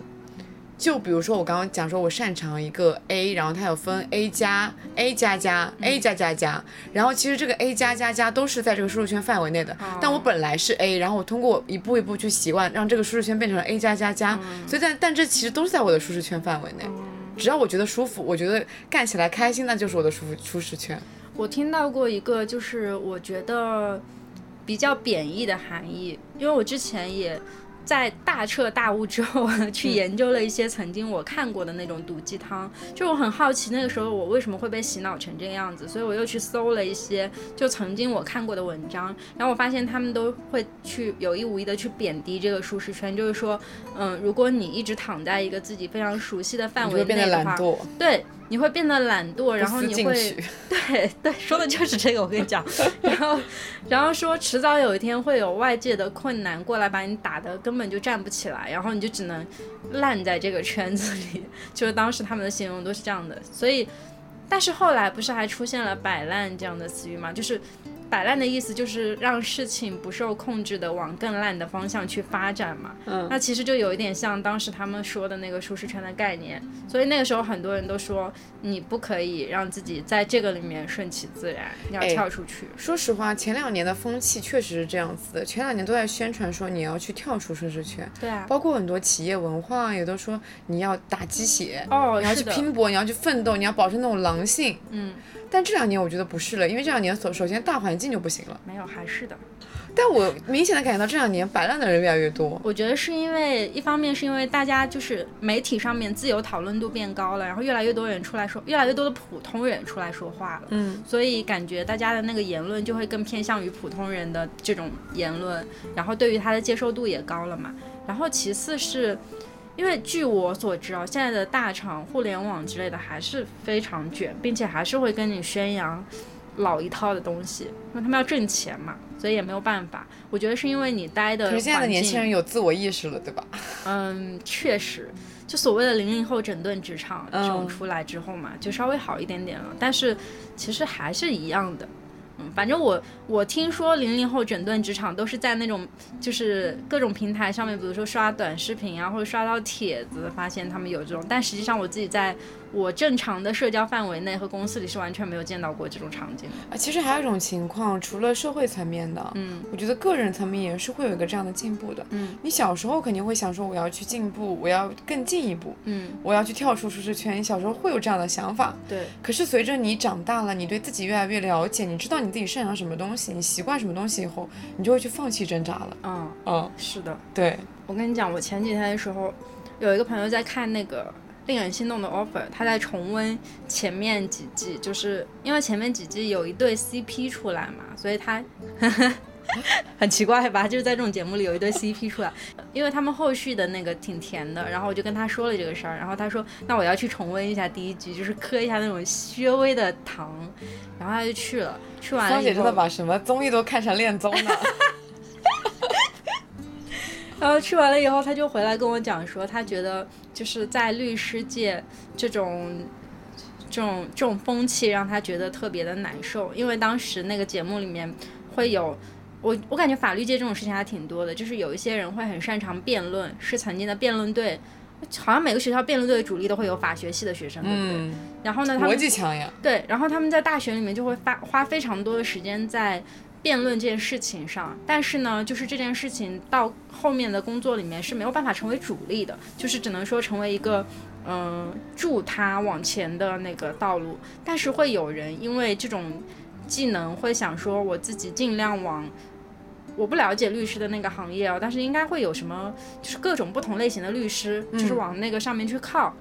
[SPEAKER 2] 就比如说我刚刚讲说我擅长一个 A，然后它有分 A 加、A 加加、A
[SPEAKER 3] 嗯
[SPEAKER 2] 加加加，然后其实这个 A 加加加都是在这个舒适圈范围内的，
[SPEAKER 3] 哦
[SPEAKER 2] 但我本来是 A，然后我通过一步一步去习惯，让这个舒适圈变成了 A 加加加，
[SPEAKER 3] 嗯
[SPEAKER 2] 所以但但这其实都是在我的舒适圈范围内。只要我觉得舒服，我觉得干起来开心，那就是我的舒服舒适圈。
[SPEAKER 3] 我听到过一个，就是我觉得比较贬义的含义，因为我之前也在大彻大悟之后
[SPEAKER 2] 嗯
[SPEAKER 3] (laughs) 去研究了一些曾经我看过的那种毒鸡汤，就我很好奇那个时候我为什么会被洗脑成这个样子，所以我又去搜了一些就曾经我看过的文章，然后我发现他们都会去有意无意的去贬低这个舒适圈，就是说，嗯，如果你一直躺在一个自己非常熟悉的范
[SPEAKER 2] 你
[SPEAKER 3] 围
[SPEAKER 2] 会变
[SPEAKER 3] 内
[SPEAKER 2] 得
[SPEAKER 3] 的
[SPEAKER 2] 懒
[SPEAKER 3] 话，
[SPEAKER 2] 惰，
[SPEAKER 3] 对，你会变得懒惰，然后
[SPEAKER 2] 不思
[SPEAKER 3] 你
[SPEAKER 2] 进
[SPEAKER 3] 会
[SPEAKER 2] 取。
[SPEAKER 3] 对对，说的就是这个，我跟你讲。 (laughs) 然后，然后说迟早有一天会有外界的困难过来把你打的根本就站不起来，然后你就只能烂在这个圈子里。 (laughs) 就是当时他们的形容都是这样的，所以，但是后来不是还出现了“摆烂”这样的词语吗？就是摆烂的意思就是让事情不受控制的往更烂的方向去发展嘛。
[SPEAKER 2] 嗯
[SPEAKER 3] 那其实就有一点像当时他们说的那个舒适圈的概念，所以那个时候很多人都说你不可以让自己在这个里面顺其自然，你要
[SPEAKER 2] 哎
[SPEAKER 3] 跳出去。
[SPEAKER 2] 说实话，前两年的风气确实是这样子的。前两年都在宣传说你要去跳出舒适圈，
[SPEAKER 3] 对啊，
[SPEAKER 2] 包括很多企业文化也都说你要打鸡血，
[SPEAKER 3] 哦，
[SPEAKER 2] 你要
[SPEAKER 3] 是
[SPEAKER 2] 去
[SPEAKER 3] 的，
[SPEAKER 2] 拼搏，你要去奋斗，你要保持那种狼性。
[SPEAKER 3] 嗯，
[SPEAKER 2] 但这两年我觉得不是了，因为这两年首首先大环境就不行了。
[SPEAKER 3] 没有，还是的。
[SPEAKER 2] 但我明显的感觉到这两年摆烂的人越来越多。
[SPEAKER 3] 我觉得是因为一方面是因为大家就是媒体上面自由讨论度变高了，然后越来越多人出来说，越来越多的普通人出来说话了，
[SPEAKER 2] 嗯，
[SPEAKER 3] 所以感觉大家的那个言论就会更偏向于普通人的这种言论，然后对于它的接受度也高了嘛。然后其次是。因为据我所知啊，现在的大厂、互联网之类的还是非常卷，并且还是会跟你宣扬老一套的东西，因为他们要挣钱嘛，所以也没有办法。我觉得是因为你待的
[SPEAKER 2] 可是现在的
[SPEAKER 3] 环
[SPEAKER 2] 年
[SPEAKER 3] 境
[SPEAKER 2] 轻人有自我意识了，对吧？
[SPEAKER 3] 嗯，确实，就所谓的零零后整顿职场这种
[SPEAKER 2] 嗯
[SPEAKER 3] 出来之后嘛，就稍微好一点点了，但是其实还是一样的。嗯，反正我我听说零零后整顿职场都是在那种就是各种平台上面，比如说刷短视频啊，或者刷到帖子，发现他们有这种，但实际上我自己在我正常的社交范围内和公司里是完全没有见到过这种场景
[SPEAKER 2] 啊，
[SPEAKER 3] 的。
[SPEAKER 2] 其实还有一种情况，除了社会层面的，
[SPEAKER 3] 嗯，
[SPEAKER 2] 我觉得个人层面也是会有一个这样的进步的。
[SPEAKER 3] 嗯，
[SPEAKER 2] 你小时候肯定会想说我要去进步，我要更进一步，
[SPEAKER 3] 嗯，
[SPEAKER 2] 我要去跳出舒适圈。你小时候会有这样的想法，
[SPEAKER 3] 对，
[SPEAKER 2] 可是随着你长大了，你对自己越来越了解，你知道你自己擅长什么东西，你习惯什么东西以后，你就会去放弃挣扎了。
[SPEAKER 3] 嗯，
[SPEAKER 2] 嗯，
[SPEAKER 3] 是的。
[SPEAKER 2] 对，
[SPEAKER 3] 我跟你讲，我前几天的时候，有一个朋友在看那个《令人心动的 offer》，他在重温前面几季，就是因为前面几季有一对 CP 出来嘛，所以他 (laughs) 很奇怪吧，就是在这种节目里有一对 CP 出来，因为他们后续的那个挺甜的，然后我就跟他说了这个事儿，然后他说那我要去重温一下第一集，就是磕一下那种略微的糖，然后他就去了，去完了
[SPEAKER 2] 芳姐
[SPEAKER 3] 以
[SPEAKER 2] 真的
[SPEAKER 3] 后。
[SPEAKER 2] 把什么综艺都看成恋综了。
[SPEAKER 3] 然后吃完了以后，他就回来跟我讲说，他觉得就是在律师界这种。这种这种风气让他觉得特别的难受，因为当时那个节目里面会有我，我感觉法律界这种事情还挺多的，就是有一些人会很擅长辩论，是曾经的辩论队，好像每个学校辩论队的主力都会有法学系的学生，对不对？
[SPEAKER 2] (laughs) (laughs) 嗯，
[SPEAKER 3] 然后呢，他
[SPEAKER 2] 逻
[SPEAKER 3] 们
[SPEAKER 2] 辑强呀。
[SPEAKER 3] 对，然后他们在大学里面就会发花非常多的时间在辩论这件事情上，但是呢，就是这件事情到后面的工作里面是没有办法成为主力的，就是只能说成为一个。嗯，助他往前的那个道路，但是会有人因为这种技能会想说，我自己尽量往我不了解律师的那个行业哦，但是应该会有什么，就是各种不同类型的律师，就是
[SPEAKER 2] 嗯
[SPEAKER 3] 往那个上面去靠。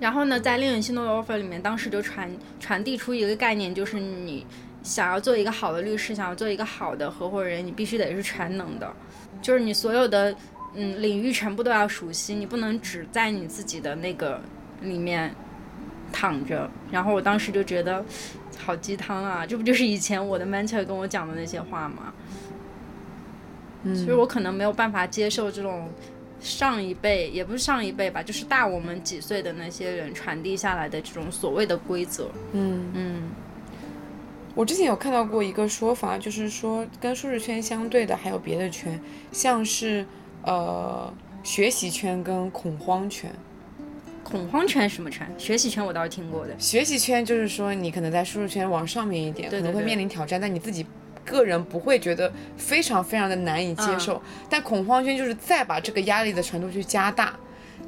[SPEAKER 3] 然后呢，在令人心动的 offer 里面，当时就传传递出一个概念，就是你想要做一个好的律师，想要做一个好的合伙人，你必须得是全能的，就是你所有的嗯领域全部都要熟悉，你不能只在你自己的那个里面躺着。然后我当时就觉得好鸡汤啊，这不就是以前我的 mentor 跟我讲的那些话吗？
[SPEAKER 2] 嗯，
[SPEAKER 3] 所以我可能没有办法接受这种上一辈，也不是上一辈吧，就是大我们几岁的那些人传递下来的这种所谓的规则。
[SPEAKER 2] 嗯，
[SPEAKER 3] 嗯
[SPEAKER 2] 我之前有看到过一个说法，就是说跟舒适圈相对的还有别的圈，像是呃学习圈跟恐慌圈。
[SPEAKER 3] 恐慌圈什么圈？学习圈我倒是听过的。
[SPEAKER 2] 学习圈就是说你可能在舒适圈往上面一点，
[SPEAKER 3] 对对
[SPEAKER 2] 可能会
[SPEAKER 3] 对
[SPEAKER 2] 面临挑战，但你自己。个人不会觉得非常非常的难以接受，但恐慌圈就是再把这个压力的程度去加大，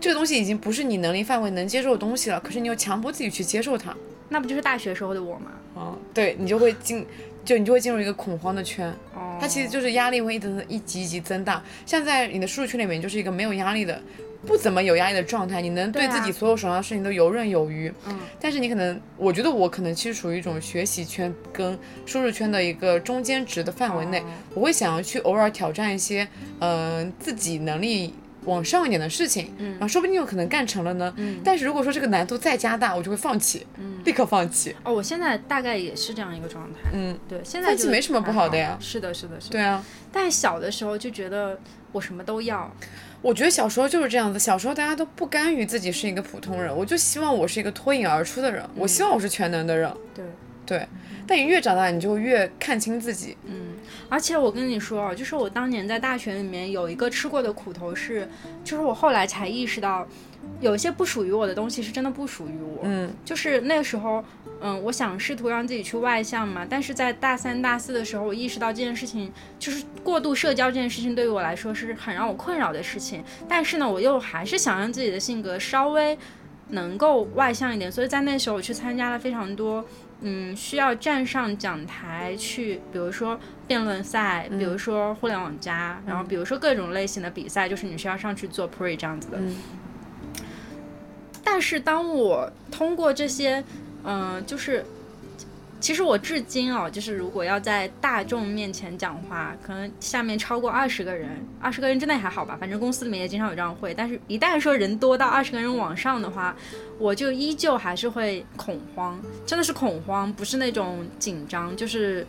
[SPEAKER 2] 这个东西已经不是你能力范围能接受的东西了，可是你又强迫自己去接受它，
[SPEAKER 3] 那不就是大学时候的我吗？
[SPEAKER 2] 啊，对你就会进，就你就会进入一个恐慌的圈，
[SPEAKER 3] 哦，
[SPEAKER 2] 它其实就是压力会一层一级一级增大。像在你的舒适圈里面，就是一个没有压力的、不怎么有压力的状态，你能对
[SPEAKER 3] 对
[SPEAKER 2] 自己
[SPEAKER 3] 啊
[SPEAKER 2] 所有手上的事情都游刃有余。
[SPEAKER 3] 嗯，
[SPEAKER 2] 但是你可能，我觉得我可能其实属于一种学习圈跟舒适圈的一个中间值的范围内，
[SPEAKER 3] 哦
[SPEAKER 2] 我会想要去偶尔挑战一些，嗯、自己能力。往上一点的事情，
[SPEAKER 3] 嗯
[SPEAKER 2] 然后说不定有可能干成了呢。
[SPEAKER 3] 嗯
[SPEAKER 2] 但是如果说这个难度再加大，我就会放弃，
[SPEAKER 3] 嗯
[SPEAKER 2] 立刻放弃。
[SPEAKER 3] 哦，我现在大概也是这样一个状态。
[SPEAKER 2] 嗯，
[SPEAKER 3] 对，现
[SPEAKER 2] 放
[SPEAKER 3] 在
[SPEAKER 2] 弃
[SPEAKER 3] 就
[SPEAKER 2] 没什么不
[SPEAKER 3] 还
[SPEAKER 2] 好的呀
[SPEAKER 3] 是的，是的，是的。
[SPEAKER 2] 对啊，
[SPEAKER 3] 但小的时候就觉得我什么都要，
[SPEAKER 2] 我觉得小时候就是这样子，小时候大家都不甘于自己是一个普通人，我就希望我是一个脱颖而出的人，我希望我是全能的人。
[SPEAKER 3] 对，
[SPEAKER 2] 对，但你越长大，你就越看清自己。
[SPEAKER 3] 嗯，而且我跟你说啊，就是我当年在大学里面有一个吃过的苦头是，就是我后来才意识到，有一些不属于我的东西是真的不属于我。
[SPEAKER 2] 嗯
[SPEAKER 3] 就是那个时候，嗯，我想试图让自己去外向嘛，但是在大三、大四的时候，我意识到这件事情，就是过度社交这件事情对于我来说是很让我困扰的事情。但是呢，我又还是想让自己的性格稍微能够外向一点，所以在那时候我去参加了非常多，嗯，需要站上讲台去，比如说辩论赛，比如说互联网加，然后比如说各种类型的比赛，就是你需要上去做 pre 这样子的。
[SPEAKER 2] 嗯
[SPEAKER 3] 但是当我通过这些，嗯、就是其实我至今哦，就是如果要在大众面前讲话，可能下面超过二十个人，二十个人之内还好吧，反正公司里面也经常有这样会。但是一旦说人多到二十个人往上的话，我就依旧还是会恐慌，真的是恐慌，不是那种紧张，就是。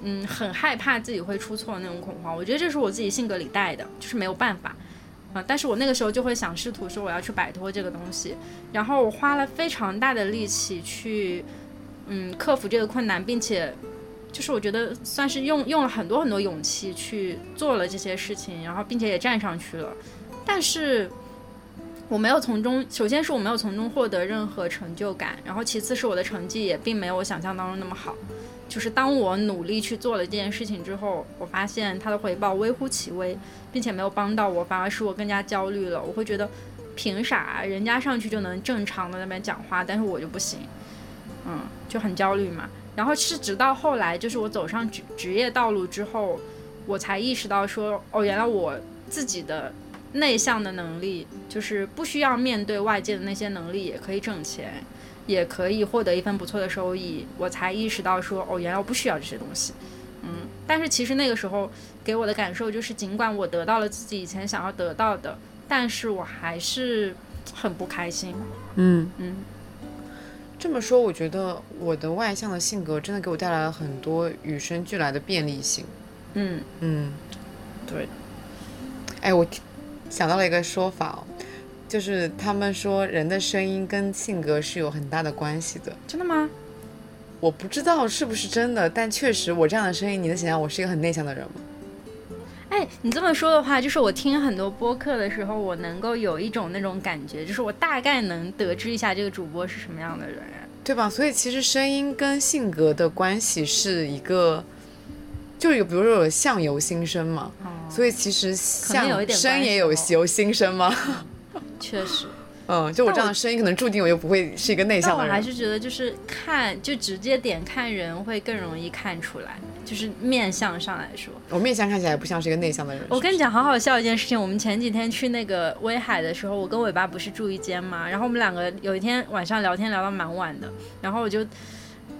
[SPEAKER 3] 嗯，很害怕自己会出错的那种恐慌，我觉得这是我自己性格里带的，就是没有办法。啊，但是我那个时候就会想试图说我要去摆脱这个东西，然后我花了非常大的力气去，嗯，克服这个困难，并且就是我觉得算是用用了很多很多勇气去做了这些事情，然后并且也站上去了，但是。我没有从中，首先是我没有从中获得任何成就感，然后其次是我的成绩也并没有我想象当中那么好。就是当我努力去做了这件事情之后，我发现它的回报微乎其微，并且没有帮到我，反而使我更加焦虑了。我会觉得，凭啥人家上去就能正常的那边讲话，但是我就不行，嗯，就很焦虑嘛。然后是直到后来，就是我走上职职业道路之后，我才意识到说，哦，原来我自己的内向的能力，就是不需要面对外界的那些能力，也可以挣钱，也可以获得一份不错的收益。我才意识到说，哦，原来我不需要这些东西。嗯，但是其实那个时候给我的感受就是，尽管我得到了自己以前想要得到的，但是我还是很不开心。
[SPEAKER 2] 嗯，
[SPEAKER 3] 嗯
[SPEAKER 2] 这么说，我觉得我的外向的性格真的给我带来了很多与生俱来的便利性。
[SPEAKER 3] 嗯，
[SPEAKER 2] 嗯，
[SPEAKER 3] 对。
[SPEAKER 2] 哎，我听想到了一个说法、哦，就是他们说人的声音跟性格是有很大的关系的。
[SPEAKER 3] 真的吗？
[SPEAKER 2] 我不知道是不是真的，但确实我这样的声音，你能想象我是一个很内向的人吗？
[SPEAKER 3] 哎，你这么说的话，就是我听很多播客的时候，我能够有一种那种感觉，就是我大概能得知一下这个主播是什么样的人。
[SPEAKER 2] 对吧？所以其实声音跟性格的关系是一个，就有比如说有相由心生嘛，
[SPEAKER 3] 哦，
[SPEAKER 2] 所以其实
[SPEAKER 3] 可能有
[SPEAKER 2] 相
[SPEAKER 3] 一点
[SPEAKER 2] 声
[SPEAKER 3] 关系
[SPEAKER 2] 也有
[SPEAKER 3] 哦
[SPEAKER 2] 由心生嘛。
[SPEAKER 3] (laughs) 确实，
[SPEAKER 2] 嗯，就我
[SPEAKER 3] 但
[SPEAKER 2] 这样
[SPEAKER 3] 我
[SPEAKER 2] 的声音，可能注定我就不会是一个内
[SPEAKER 3] 但
[SPEAKER 2] 向
[SPEAKER 3] 我
[SPEAKER 2] 的
[SPEAKER 3] 还
[SPEAKER 2] 人。
[SPEAKER 3] 是觉得就是看，就直接点看人会更容易看出来，就是面相上来说。
[SPEAKER 2] 我面相看起来也不像是一个内向的人。
[SPEAKER 3] 我跟你讲，好好笑一件事情。我们前几天去那个威海的时候，我跟尾巴不是住一间嘛，然后我们两个有一天晚上聊天聊到蛮晚的，然后我就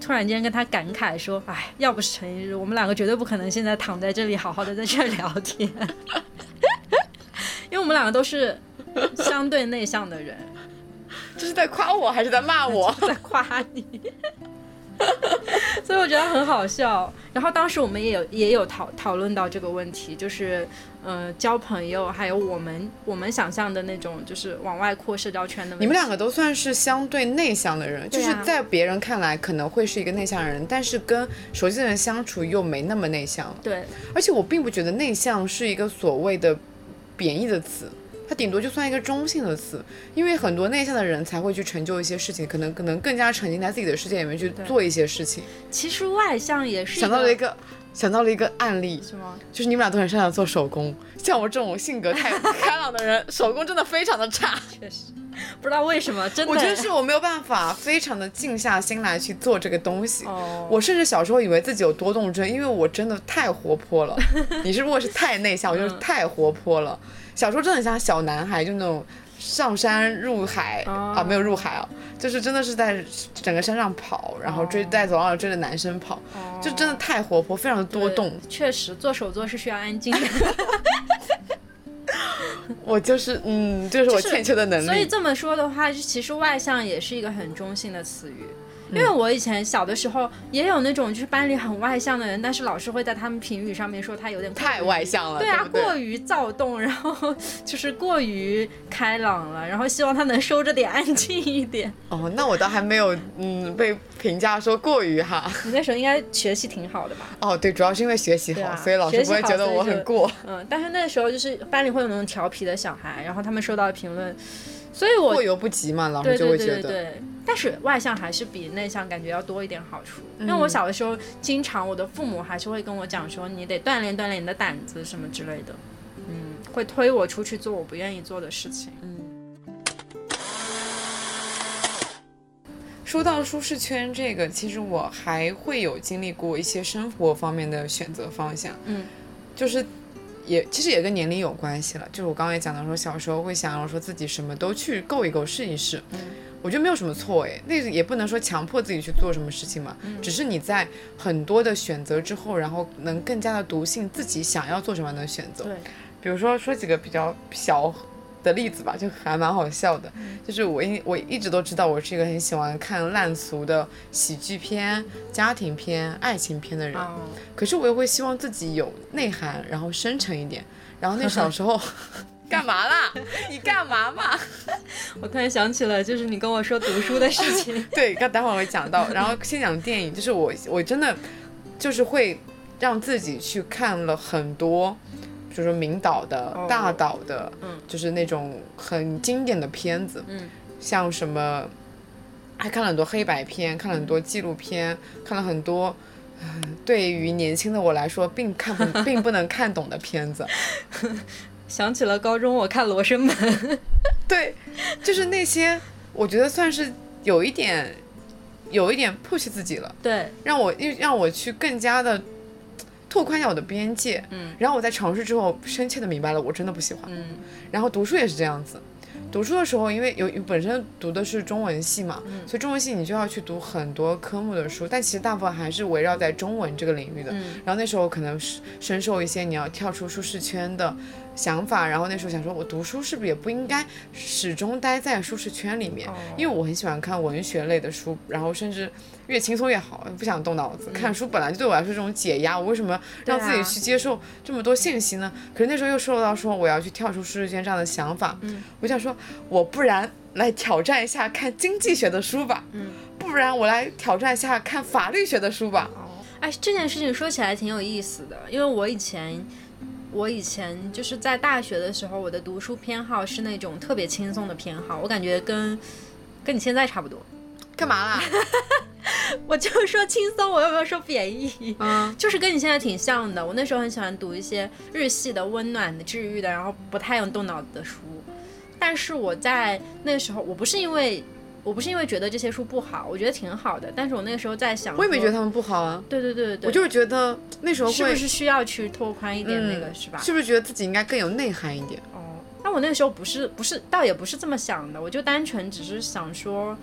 [SPEAKER 3] 突然间跟他感慨说：“哎，要不是陈一日， (laughs) 我们两个绝对不可能现在躺在这里好好的在这儿聊天。”因为们两个都是相对内向的人，
[SPEAKER 2] 这是在夸我还是在骂我？
[SPEAKER 3] 在夸你。 (laughs) 所以我觉得很好笑。然后当时我们也有也有讨讨论到这个问题，就是呃交朋友，还有我们我们想象的那种就是往外扩社交圈的问题。
[SPEAKER 2] 你们两个都算是相对内向的人，就
[SPEAKER 3] 对
[SPEAKER 2] 是
[SPEAKER 3] 啊
[SPEAKER 2] 在别人看来可能会是一个内向人，但是跟熟悉的人相处又没那么内向了。
[SPEAKER 3] 对
[SPEAKER 2] 而且我并不觉得内向是一个所谓的贬义的词，它顶多就算一个中性的词，因为很多内向的人才会去成就一些事情，可能可能更加沉浸在自己的世界里面去做一些事情。
[SPEAKER 3] 其实外向也是
[SPEAKER 2] 想到了一个，想到了一个案例，
[SPEAKER 3] 什么？
[SPEAKER 2] 就是你们俩都很擅长做手工，像我这种性格太 (laughs) 开朗的人，手工真的非常的差。
[SPEAKER 3] 确实不知道为什么，真的
[SPEAKER 2] 我觉得是我没有办法非常的静下心来去做这个东西。
[SPEAKER 3] 哦，
[SPEAKER 2] 我甚至小时候以为自己有多动症，因为我真的太活泼
[SPEAKER 3] (laughs)
[SPEAKER 2] 了。你是如果是太内向，我
[SPEAKER 3] 嗯
[SPEAKER 2] 就是太活泼了。小时候真的很像小男孩，就那种上山入海、
[SPEAKER 3] 哦
[SPEAKER 2] 啊，没有入海啊，就是真的是在整个山上跑，然后追在走廊上追着男生跑，
[SPEAKER 3] 哦
[SPEAKER 2] 就真的太活泼，非常的多
[SPEAKER 3] 对
[SPEAKER 2] 动。
[SPEAKER 3] 确实做手作是需要
[SPEAKER 2] (laughs)
[SPEAKER 3] 安静的。
[SPEAKER 2] 我就是嗯，这是我
[SPEAKER 3] 就是
[SPEAKER 2] 欠缺的能
[SPEAKER 3] 所以
[SPEAKER 2] 力。
[SPEAKER 3] 这么说的话，就其实外向也是一个很中性的词语。
[SPEAKER 2] 嗯
[SPEAKER 3] 因为我以前小的时候也有那种就是班里很外向的人，但是老师会在他们评语上面说他有点过于
[SPEAKER 2] 太外向了，
[SPEAKER 3] 对啊，
[SPEAKER 2] 不对
[SPEAKER 3] 过于躁动，然后就是过于开朗了，然后希望他能收着点，安静一
[SPEAKER 2] (laughs)
[SPEAKER 3] 点。
[SPEAKER 2] 哦，那我倒还没有嗯被评价说过于哈。
[SPEAKER 3] 你那时候应该学习挺好的吧？
[SPEAKER 2] 哦，对，主要是因为学习
[SPEAKER 3] 对
[SPEAKER 2] 好，
[SPEAKER 3] 啊
[SPEAKER 2] 所以老师
[SPEAKER 3] 学习
[SPEAKER 2] 不会
[SPEAKER 3] 好
[SPEAKER 2] 觉得
[SPEAKER 3] 所以
[SPEAKER 2] 我
[SPEAKER 3] 就
[SPEAKER 2] 很过。
[SPEAKER 3] 嗯，但是那时候就是班里会有那种调皮的小孩，然后他们收到的评论，所以我
[SPEAKER 2] 过犹不及嘛，老
[SPEAKER 3] 对
[SPEAKER 2] 师就
[SPEAKER 3] 对
[SPEAKER 2] 会
[SPEAKER 3] 对
[SPEAKER 2] 觉
[SPEAKER 3] 对
[SPEAKER 2] 得。
[SPEAKER 3] 对，但是外向还是比内向感觉要多一点好处。
[SPEAKER 2] 嗯
[SPEAKER 3] 因为我小的时候，经常我的父母还是会跟我讲说，你得锻炼锻炼你的胆子什么之类的，嗯，会推我出去做我不愿意做的事情。
[SPEAKER 2] 嗯说到舒适圈这个，其实我还会有经历过一些生活方面的选择方向，
[SPEAKER 3] 嗯，
[SPEAKER 2] 就是也其实也跟年龄有关系了。就是我刚刚也讲到说，小时候会想要说自己什么都去够一够，试一试。嗯，我觉得没有什么错诶，那个也不能说强迫自己去做什么事情嘛，
[SPEAKER 3] 嗯
[SPEAKER 2] 只是你在很多的选择之后，然后能更加的笃信自己想要做什么样的选择。
[SPEAKER 3] 对，
[SPEAKER 2] 比如说说几个比较小的例子吧，就还蛮好笑的。就是我一我一直都知道我是一个很喜欢看烂俗的喜剧片、家庭片、爱情片的人，
[SPEAKER 3] 哦，
[SPEAKER 2] 可是我也会希望自己有内涵，然后深沉一点。然后那小时候 (laughs) 干嘛啦？你干嘛嘛？，
[SPEAKER 3] 我突然想起了，就是你跟我说读书的事 (laughs) 情
[SPEAKER 2] (laughs) 对，刚待会儿我会讲到，然后先讲电影，就是我我真的就是会让自己去看了很多，就是明导的、
[SPEAKER 3] 哦
[SPEAKER 2] 大导的，
[SPEAKER 3] 嗯
[SPEAKER 2] 就是那种很经典的片子，
[SPEAKER 3] 嗯，
[SPEAKER 2] 像什么，还看了很多黑白片，看了很多纪录片，看了很多。 (laughs) 嗯对于年轻的我来说，并看不并不能看懂的片子，
[SPEAKER 3] 想起了高中我看《罗生门》，
[SPEAKER 2] 对，就是那些我觉得算是有一点，有一点 push 自己了，
[SPEAKER 3] 对，
[SPEAKER 2] 让我又让我去更加的拓宽一下我的边界。
[SPEAKER 3] 嗯，
[SPEAKER 2] 然后我在尝试之后，深切的明白了我真的不喜欢。
[SPEAKER 3] 嗯
[SPEAKER 2] 然后读书也是这样子，读书的时候，因为有本身读的是中文系嘛，
[SPEAKER 3] 嗯
[SPEAKER 2] 所以中文系你就要去读很多科目的书，但其实大部分还是围绕在中文这个领域的。
[SPEAKER 3] 嗯
[SPEAKER 2] 然后那时候可能是深受一些你要跳出舒适圈的想法，然后那时候想说，我读书是不是也不应该始终待在舒适圈里面？
[SPEAKER 3] 哦
[SPEAKER 2] 因为我很喜欢看文学类的书，然后甚至越轻松越好，不想动脑
[SPEAKER 3] 嗯
[SPEAKER 2] 子。看书本来就对我来说是一种解压，我为什么让
[SPEAKER 3] 对
[SPEAKER 2] 自己
[SPEAKER 3] 啊
[SPEAKER 2] 去接受这么多信息呢？可是那时候又受到说我要去跳出舒适圈这样的想法，
[SPEAKER 3] 嗯
[SPEAKER 2] 我想说，我不然来挑战一下看经济学的书吧，
[SPEAKER 3] 嗯
[SPEAKER 2] 不然我来挑战一下看法律学的书吧。
[SPEAKER 3] 哎，这件事情说起来挺有意思的，因为我以前，我以前就是在大学的时候，我的读书偏好是那种特别轻松的偏好，我感觉跟跟你现在差不多。 (laughs)
[SPEAKER 2] 干嘛啦？
[SPEAKER 3] 我就说轻松，我又没有说贬义， (laughs)
[SPEAKER 2] 嗯，
[SPEAKER 3] 就是跟你现在挺像的。我那时候很喜欢读一些日系的、温暖的、治愈的，然后不太用动脑子的书。但是我在那时候，我不是因为我不是因为觉得这些书不好，我觉得挺好的。但是我那个时候在想，
[SPEAKER 2] 我也没觉得他。们不好啊，
[SPEAKER 3] 对对对对对，
[SPEAKER 2] 我就是觉得那时候会
[SPEAKER 3] 嗯是不是需要去拓宽一点那个、
[SPEAKER 2] 嗯
[SPEAKER 3] 是吧？
[SPEAKER 2] 是不是觉得自己应该更有内涵一点？
[SPEAKER 3] 哦，但我那个时候不是不是，倒也不是这么想的，我就单纯只是想说，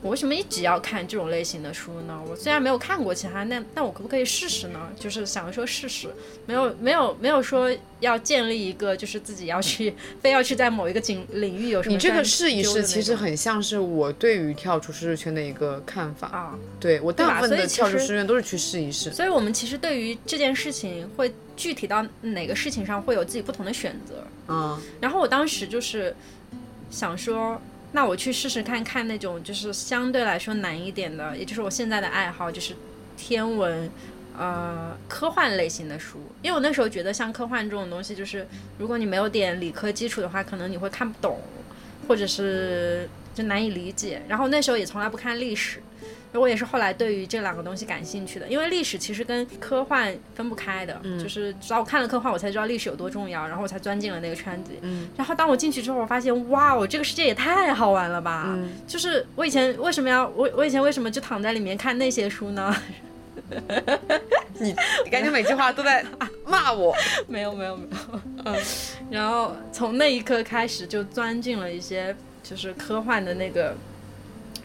[SPEAKER 3] 我为什么一直要看这种类型的书呢？我虽然没有看过其他，那那我可不可以试试呢？就是想说试试，没有没有没有说要建立一个，就是自己要去 (laughs) 非要去在某一个领领域有什么
[SPEAKER 2] 你这个
[SPEAKER 3] 专
[SPEAKER 2] 试一
[SPEAKER 3] 究
[SPEAKER 2] 试，
[SPEAKER 3] 的
[SPEAKER 2] 其
[SPEAKER 3] 那
[SPEAKER 2] 实
[SPEAKER 3] 种
[SPEAKER 2] 很像是我对于跳出舒适圈的一个看法。
[SPEAKER 3] 啊。
[SPEAKER 2] 对我大
[SPEAKER 3] 吧
[SPEAKER 2] 部分
[SPEAKER 3] 所以
[SPEAKER 2] 的
[SPEAKER 3] 其
[SPEAKER 2] 跳出
[SPEAKER 3] 实
[SPEAKER 2] 舒适圈都是去试一试。
[SPEAKER 3] 所以我们其实对于这件事情会具体到哪个事情上会有自己不同的选择。 (laughs)
[SPEAKER 2] 嗯，
[SPEAKER 3] 然后我当时就是想说，那我去试试看看那种就是相对来说难一点的，也就是我现在的爱好，就是天文。呃，科幻类型的书，因为我那时候觉得像科幻这种东西，就是如果你没有点理科基础的话，可能你会看不懂，或者是就难以理解。然后那时候也从来不看历史，我也是后来对于这两个东西感兴趣的，因为历史其实跟科幻分不开的，就是直到我看了科幻，我才知道历史有多重要，然后我才钻进了那个圈子里。然后当我进去之后，我发现，哇哦，这个世界也太好玩了吧！就是我以前为什么要我我以前为什么就躺在里面看那些书呢？
[SPEAKER 2] 你你感觉每句话都在 (laughs) 骂我。
[SPEAKER 3] 没有没有没有， (laughs) 嗯，然后从那一刻开始就钻进了一些就是科幻的那个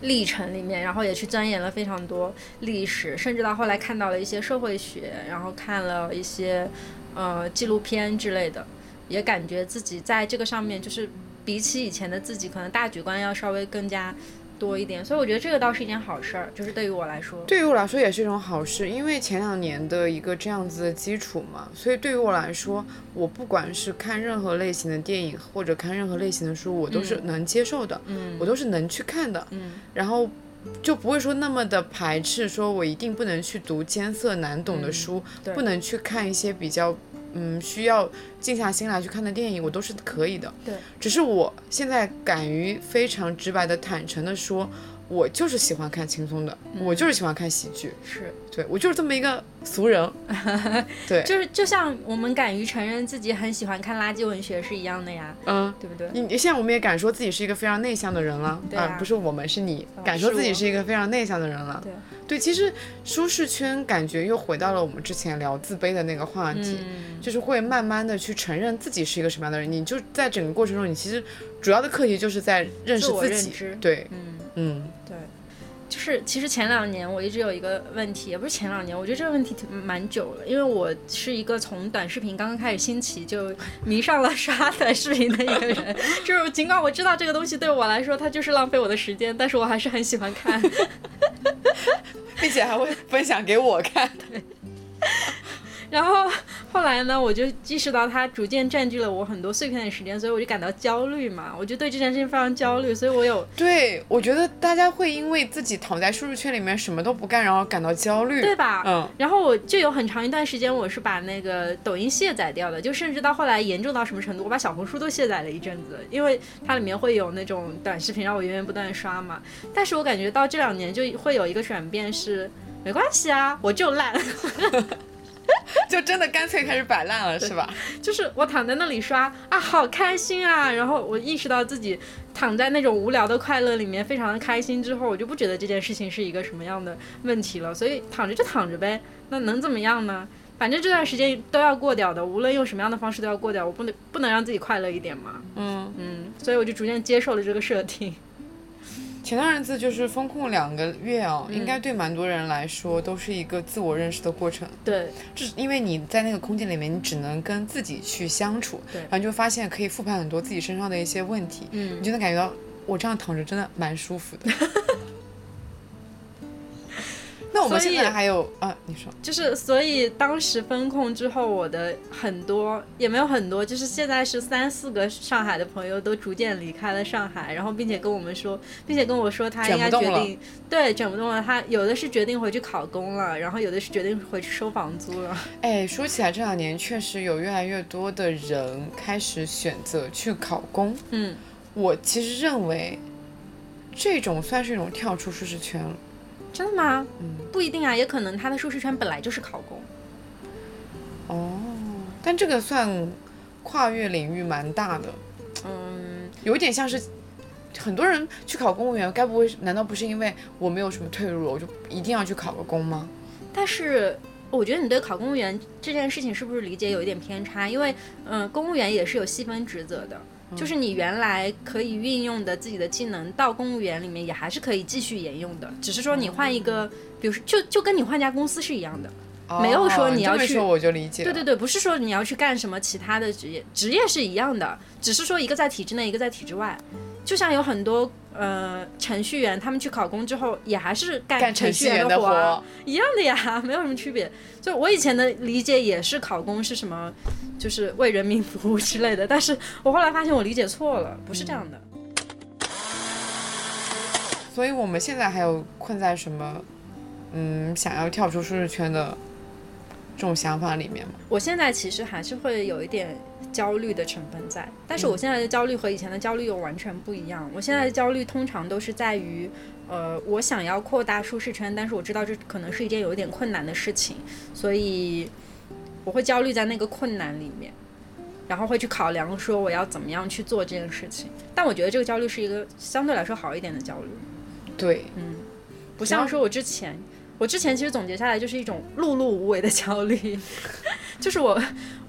[SPEAKER 3] 历程里面，然后也去钻研了非常多历史，甚至到后来看到了一些社会学，然后看了一些呃纪录片之类的，也感觉自己在这个上面就是比起以前的自己，可能大局观要稍微更加多一点，所以我觉得这个倒是一件好事儿，就是对于我来说，
[SPEAKER 2] 对于我来说也是一种好事，因为前两年的一个这样子的基础嘛，所以对于我来说，我不管是看任何类型的电影或者看任何类型的书，我都是能接受的，
[SPEAKER 3] 嗯
[SPEAKER 2] 我都是能去看的，
[SPEAKER 3] 嗯
[SPEAKER 2] 然后就不会说那么的排斥，说我一定不能去读艰涩难懂的书，
[SPEAKER 3] 嗯对
[SPEAKER 2] 不能去看一些比较嗯需要静下心来去看的电影，我都是可以的。
[SPEAKER 3] 对，
[SPEAKER 2] 只是我现在敢于非常直白的、坦诚的说。我就是喜欢看轻松的，
[SPEAKER 3] 嗯
[SPEAKER 2] 我就是喜欢看喜剧，
[SPEAKER 3] 是。
[SPEAKER 2] 对我就是这么一个俗人，对，
[SPEAKER 3] 就是就像我们敢于承认自己很喜欢看垃圾文学是一样的呀，
[SPEAKER 2] 嗯。
[SPEAKER 3] 对不对？
[SPEAKER 2] 你你现在我们也敢说自己是一个非常内向的人了，
[SPEAKER 3] 对啊
[SPEAKER 2] 不是我们是你
[SPEAKER 3] 啊
[SPEAKER 2] 敢说
[SPEAKER 3] 是
[SPEAKER 2] 自己
[SPEAKER 3] 我
[SPEAKER 2] 是一个非常内向的人了。
[SPEAKER 3] 对
[SPEAKER 2] 对，其实舒适圈感觉又回到了我们之前聊自卑的那个话题，
[SPEAKER 3] 嗯，
[SPEAKER 2] 就是会慢慢的去承认自己是一个什么样的人。你就在整个过程中，你其实主要的课题就是在认识
[SPEAKER 3] 自我
[SPEAKER 2] 自
[SPEAKER 3] 认
[SPEAKER 2] 己。
[SPEAKER 3] 知
[SPEAKER 2] 对，
[SPEAKER 3] 嗯，
[SPEAKER 2] 嗯，
[SPEAKER 3] 对，就是其实前两年我一直有一个问题，也不是前两年，我觉得这个问题挺蛮久了，因为我是一个从短视频刚刚开始兴起就迷上了刷短视频的一个人， (laughs) 就是尽管我知道这个东西对我来说它就是浪费我的时间，但是我还是很喜欢看。 (laughs)
[SPEAKER 2] 并且还会分享给我看。
[SPEAKER 3] 然后后来呢，我就意识到它逐渐占据了我很多碎片的时间，所以我就感到焦虑嘛，我就对这件事情非常焦虑，所以我有
[SPEAKER 2] 对，我觉得大家会因为自己躺在舒适圈里面什么都不干，然后感到焦虑。
[SPEAKER 3] 对吧？
[SPEAKER 2] 嗯，
[SPEAKER 3] 然后我就有很长一段时间，我是把那个抖音卸载掉的，就甚至到后来严重到什么程度，我把小红书都卸载了一阵子，因为它里面会有那种短视频让我源源不断地刷嘛。但是我感觉到这两年就会有一个转变是，没关系啊，我就烂，
[SPEAKER 2] 就真的干脆开始摆烂了，是吧？
[SPEAKER 3] 就是我躺在那里刷啊，好开心啊！然后我意识到自己躺在那种无聊的快乐里面非常的开心之后，我就不觉得这件事情是一个什么样的问题了。所以躺着就躺着呗，那能怎么样呢？反正这段时间都要过掉的，无论用什么样的方式都要过掉，我不能不能让自己快乐一点嘛。
[SPEAKER 2] 嗯。
[SPEAKER 3] 嗯，所以我就逐渐接受了这个设定。
[SPEAKER 2] 前段日子就是风控两个月哦，应
[SPEAKER 3] 嗯
[SPEAKER 2] 该对蛮多人来说都是一个自我认识的过程。
[SPEAKER 3] 对，
[SPEAKER 2] 就是因为你在那个空间里面，你只能跟自己去相处，
[SPEAKER 3] 对
[SPEAKER 2] 然后就发现可以复盘很多自己身上的一些问题，
[SPEAKER 3] 嗯
[SPEAKER 2] 你就能感觉到我这样躺着真的蛮舒服
[SPEAKER 3] (laughs)
[SPEAKER 2] 的。那我们
[SPEAKER 3] 所以
[SPEAKER 2] 现在还有啊，你说
[SPEAKER 3] 就是，所以当时风控之后，我的很多也没有很多，就是现在是三四个上海的朋友都逐渐离开了上海，然后并且跟我们说，并且跟我说他应该
[SPEAKER 2] 卷不
[SPEAKER 3] 决
[SPEAKER 2] 动
[SPEAKER 3] 定，对，卷不动了，他有的是决定回去考公了，然后有的是决定回去收房租了，
[SPEAKER 2] 哎，说起来这两年确实有越来越多的人开始选择去考公，
[SPEAKER 3] 嗯，
[SPEAKER 2] 我其实认为这种算是一种跳出舒适圈了。
[SPEAKER 3] 真的吗？不一定啊，也可能他的舒适圈本来就是考公，
[SPEAKER 2] 哦，但这个算跨越领域蛮大的，
[SPEAKER 3] 嗯，
[SPEAKER 2] 有一点像是很多人去考公务员，该不会难道不是因为我没有什么退路了，我就一定要去考个公吗？
[SPEAKER 3] 但是我觉得你对考公务员这件事情是不是理解有一点偏差？因为，嗯、公务员也是有细分职责的。就是你原来可以运用的自己的技能，到公务员里面也还是可以继续沿用的，只是说你换一个，比如说就就跟你换家公司是一样的。没有说
[SPEAKER 2] 哦
[SPEAKER 3] 你
[SPEAKER 2] 你
[SPEAKER 3] 要
[SPEAKER 2] 这么
[SPEAKER 3] 去
[SPEAKER 2] 说我就理解了。
[SPEAKER 3] 嗯对啊对对，不是说你要去干什么其他的职业，职业是一样的，只是说一个在体制内，一个在体制外。就像有很多呃程序员，他们去考公之后，也还是干
[SPEAKER 2] 干
[SPEAKER 3] 程
[SPEAKER 2] 程
[SPEAKER 3] 序
[SPEAKER 2] 序
[SPEAKER 3] 员
[SPEAKER 2] 员的
[SPEAKER 3] 活啊
[SPEAKER 2] 活，
[SPEAKER 3] 一样的呀， (laughs) 没有什么区别。就我以前的理解也是考公是什么，就是为人民服务之类的，但是我后来发现我理解错了，不是这样的。
[SPEAKER 2] 所以我们现在还有困在什么，嗯，想要跳出舒适圈的这种想法里面吗？
[SPEAKER 3] 我现在其实还是会有一点焦虑的成分在，但是我现在的焦虑和以前的焦虑又完全不一样。我现在的焦虑通常都是在于，呃，我想要扩大舒适圈，但是我知道这可能是一件有一点困难的事情，所以我会焦虑在那个困难里面，然后会去考量说我要怎么样去做这件事情。但我觉得这个焦虑是一个相对来说好一点的焦虑，
[SPEAKER 2] 对，
[SPEAKER 3] 不像说我之前，我之前其实总结下来就是一种碌碌无为的焦虑， (laughs) 就是我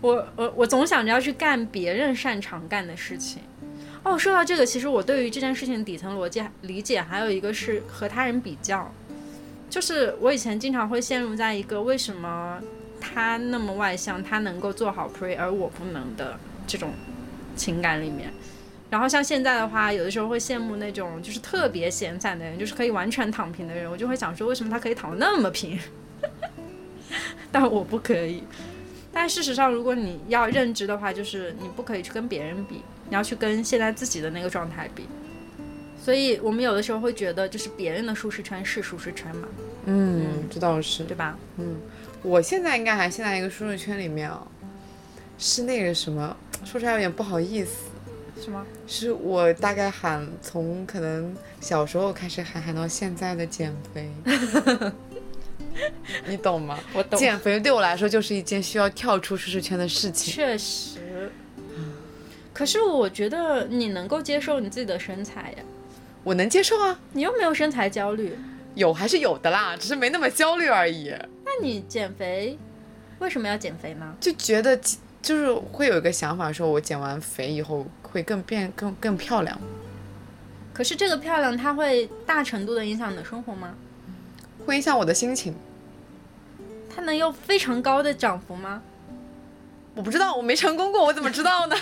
[SPEAKER 3] 我我我总想着要去干别人擅长干的事情。哦，说到这个，其实我对于这件事情的底层逻辑理解还有一个是和他人比较，就是我以前经常会陷入在一个为什么他那么外向，他能够做好 pre，而我不能的这种情感里面。然后像现在的话，有的时候会羡慕那种就是特别闲散的人，就是可以完全躺平的人，我就会想说，为什么他可以躺得那么平？ (laughs) 但我不可以。但事实上，如果你要认知的话，就是你不可以去跟别人比，你要去跟现在自己的那个状态比。所以我们有的时候会觉得，就是别人的舒适圈是舒适圈嘛，
[SPEAKER 2] 嗯，这倒是。
[SPEAKER 3] 对吧？
[SPEAKER 2] 我现在应该还陷在一个舒适圈里面啊，是那个什么，说出来有点不好意思。
[SPEAKER 3] 是吗？
[SPEAKER 2] 是我大概喊从可能小时候开始喊喊到现在的减
[SPEAKER 3] (laughs)
[SPEAKER 2] 肥，你懂吗？
[SPEAKER 3] 我懂，
[SPEAKER 2] 减肥对我来说就是一件需要跳出舒适圈的事情。
[SPEAKER 3] 确实。可是我觉得你能够接受你自己的身材呀，
[SPEAKER 2] 我能接受啊，
[SPEAKER 3] 你又没有身材焦虑。
[SPEAKER 2] 有还是有的啦，只是没那么焦虑而已。
[SPEAKER 3] 那你
[SPEAKER 2] 嗯
[SPEAKER 3] 减肥为什么要减肥呢？
[SPEAKER 2] 就觉得其就是会有一个想法，说我减完肥以后会更变更更漂亮，
[SPEAKER 3] 可是这个漂亮，它会大程度的影响你的生活吗？
[SPEAKER 2] 会影响我的心情。
[SPEAKER 3] 它能有非常高的涨幅吗？
[SPEAKER 2] 我不知道，我没成功过，我怎么知道呢？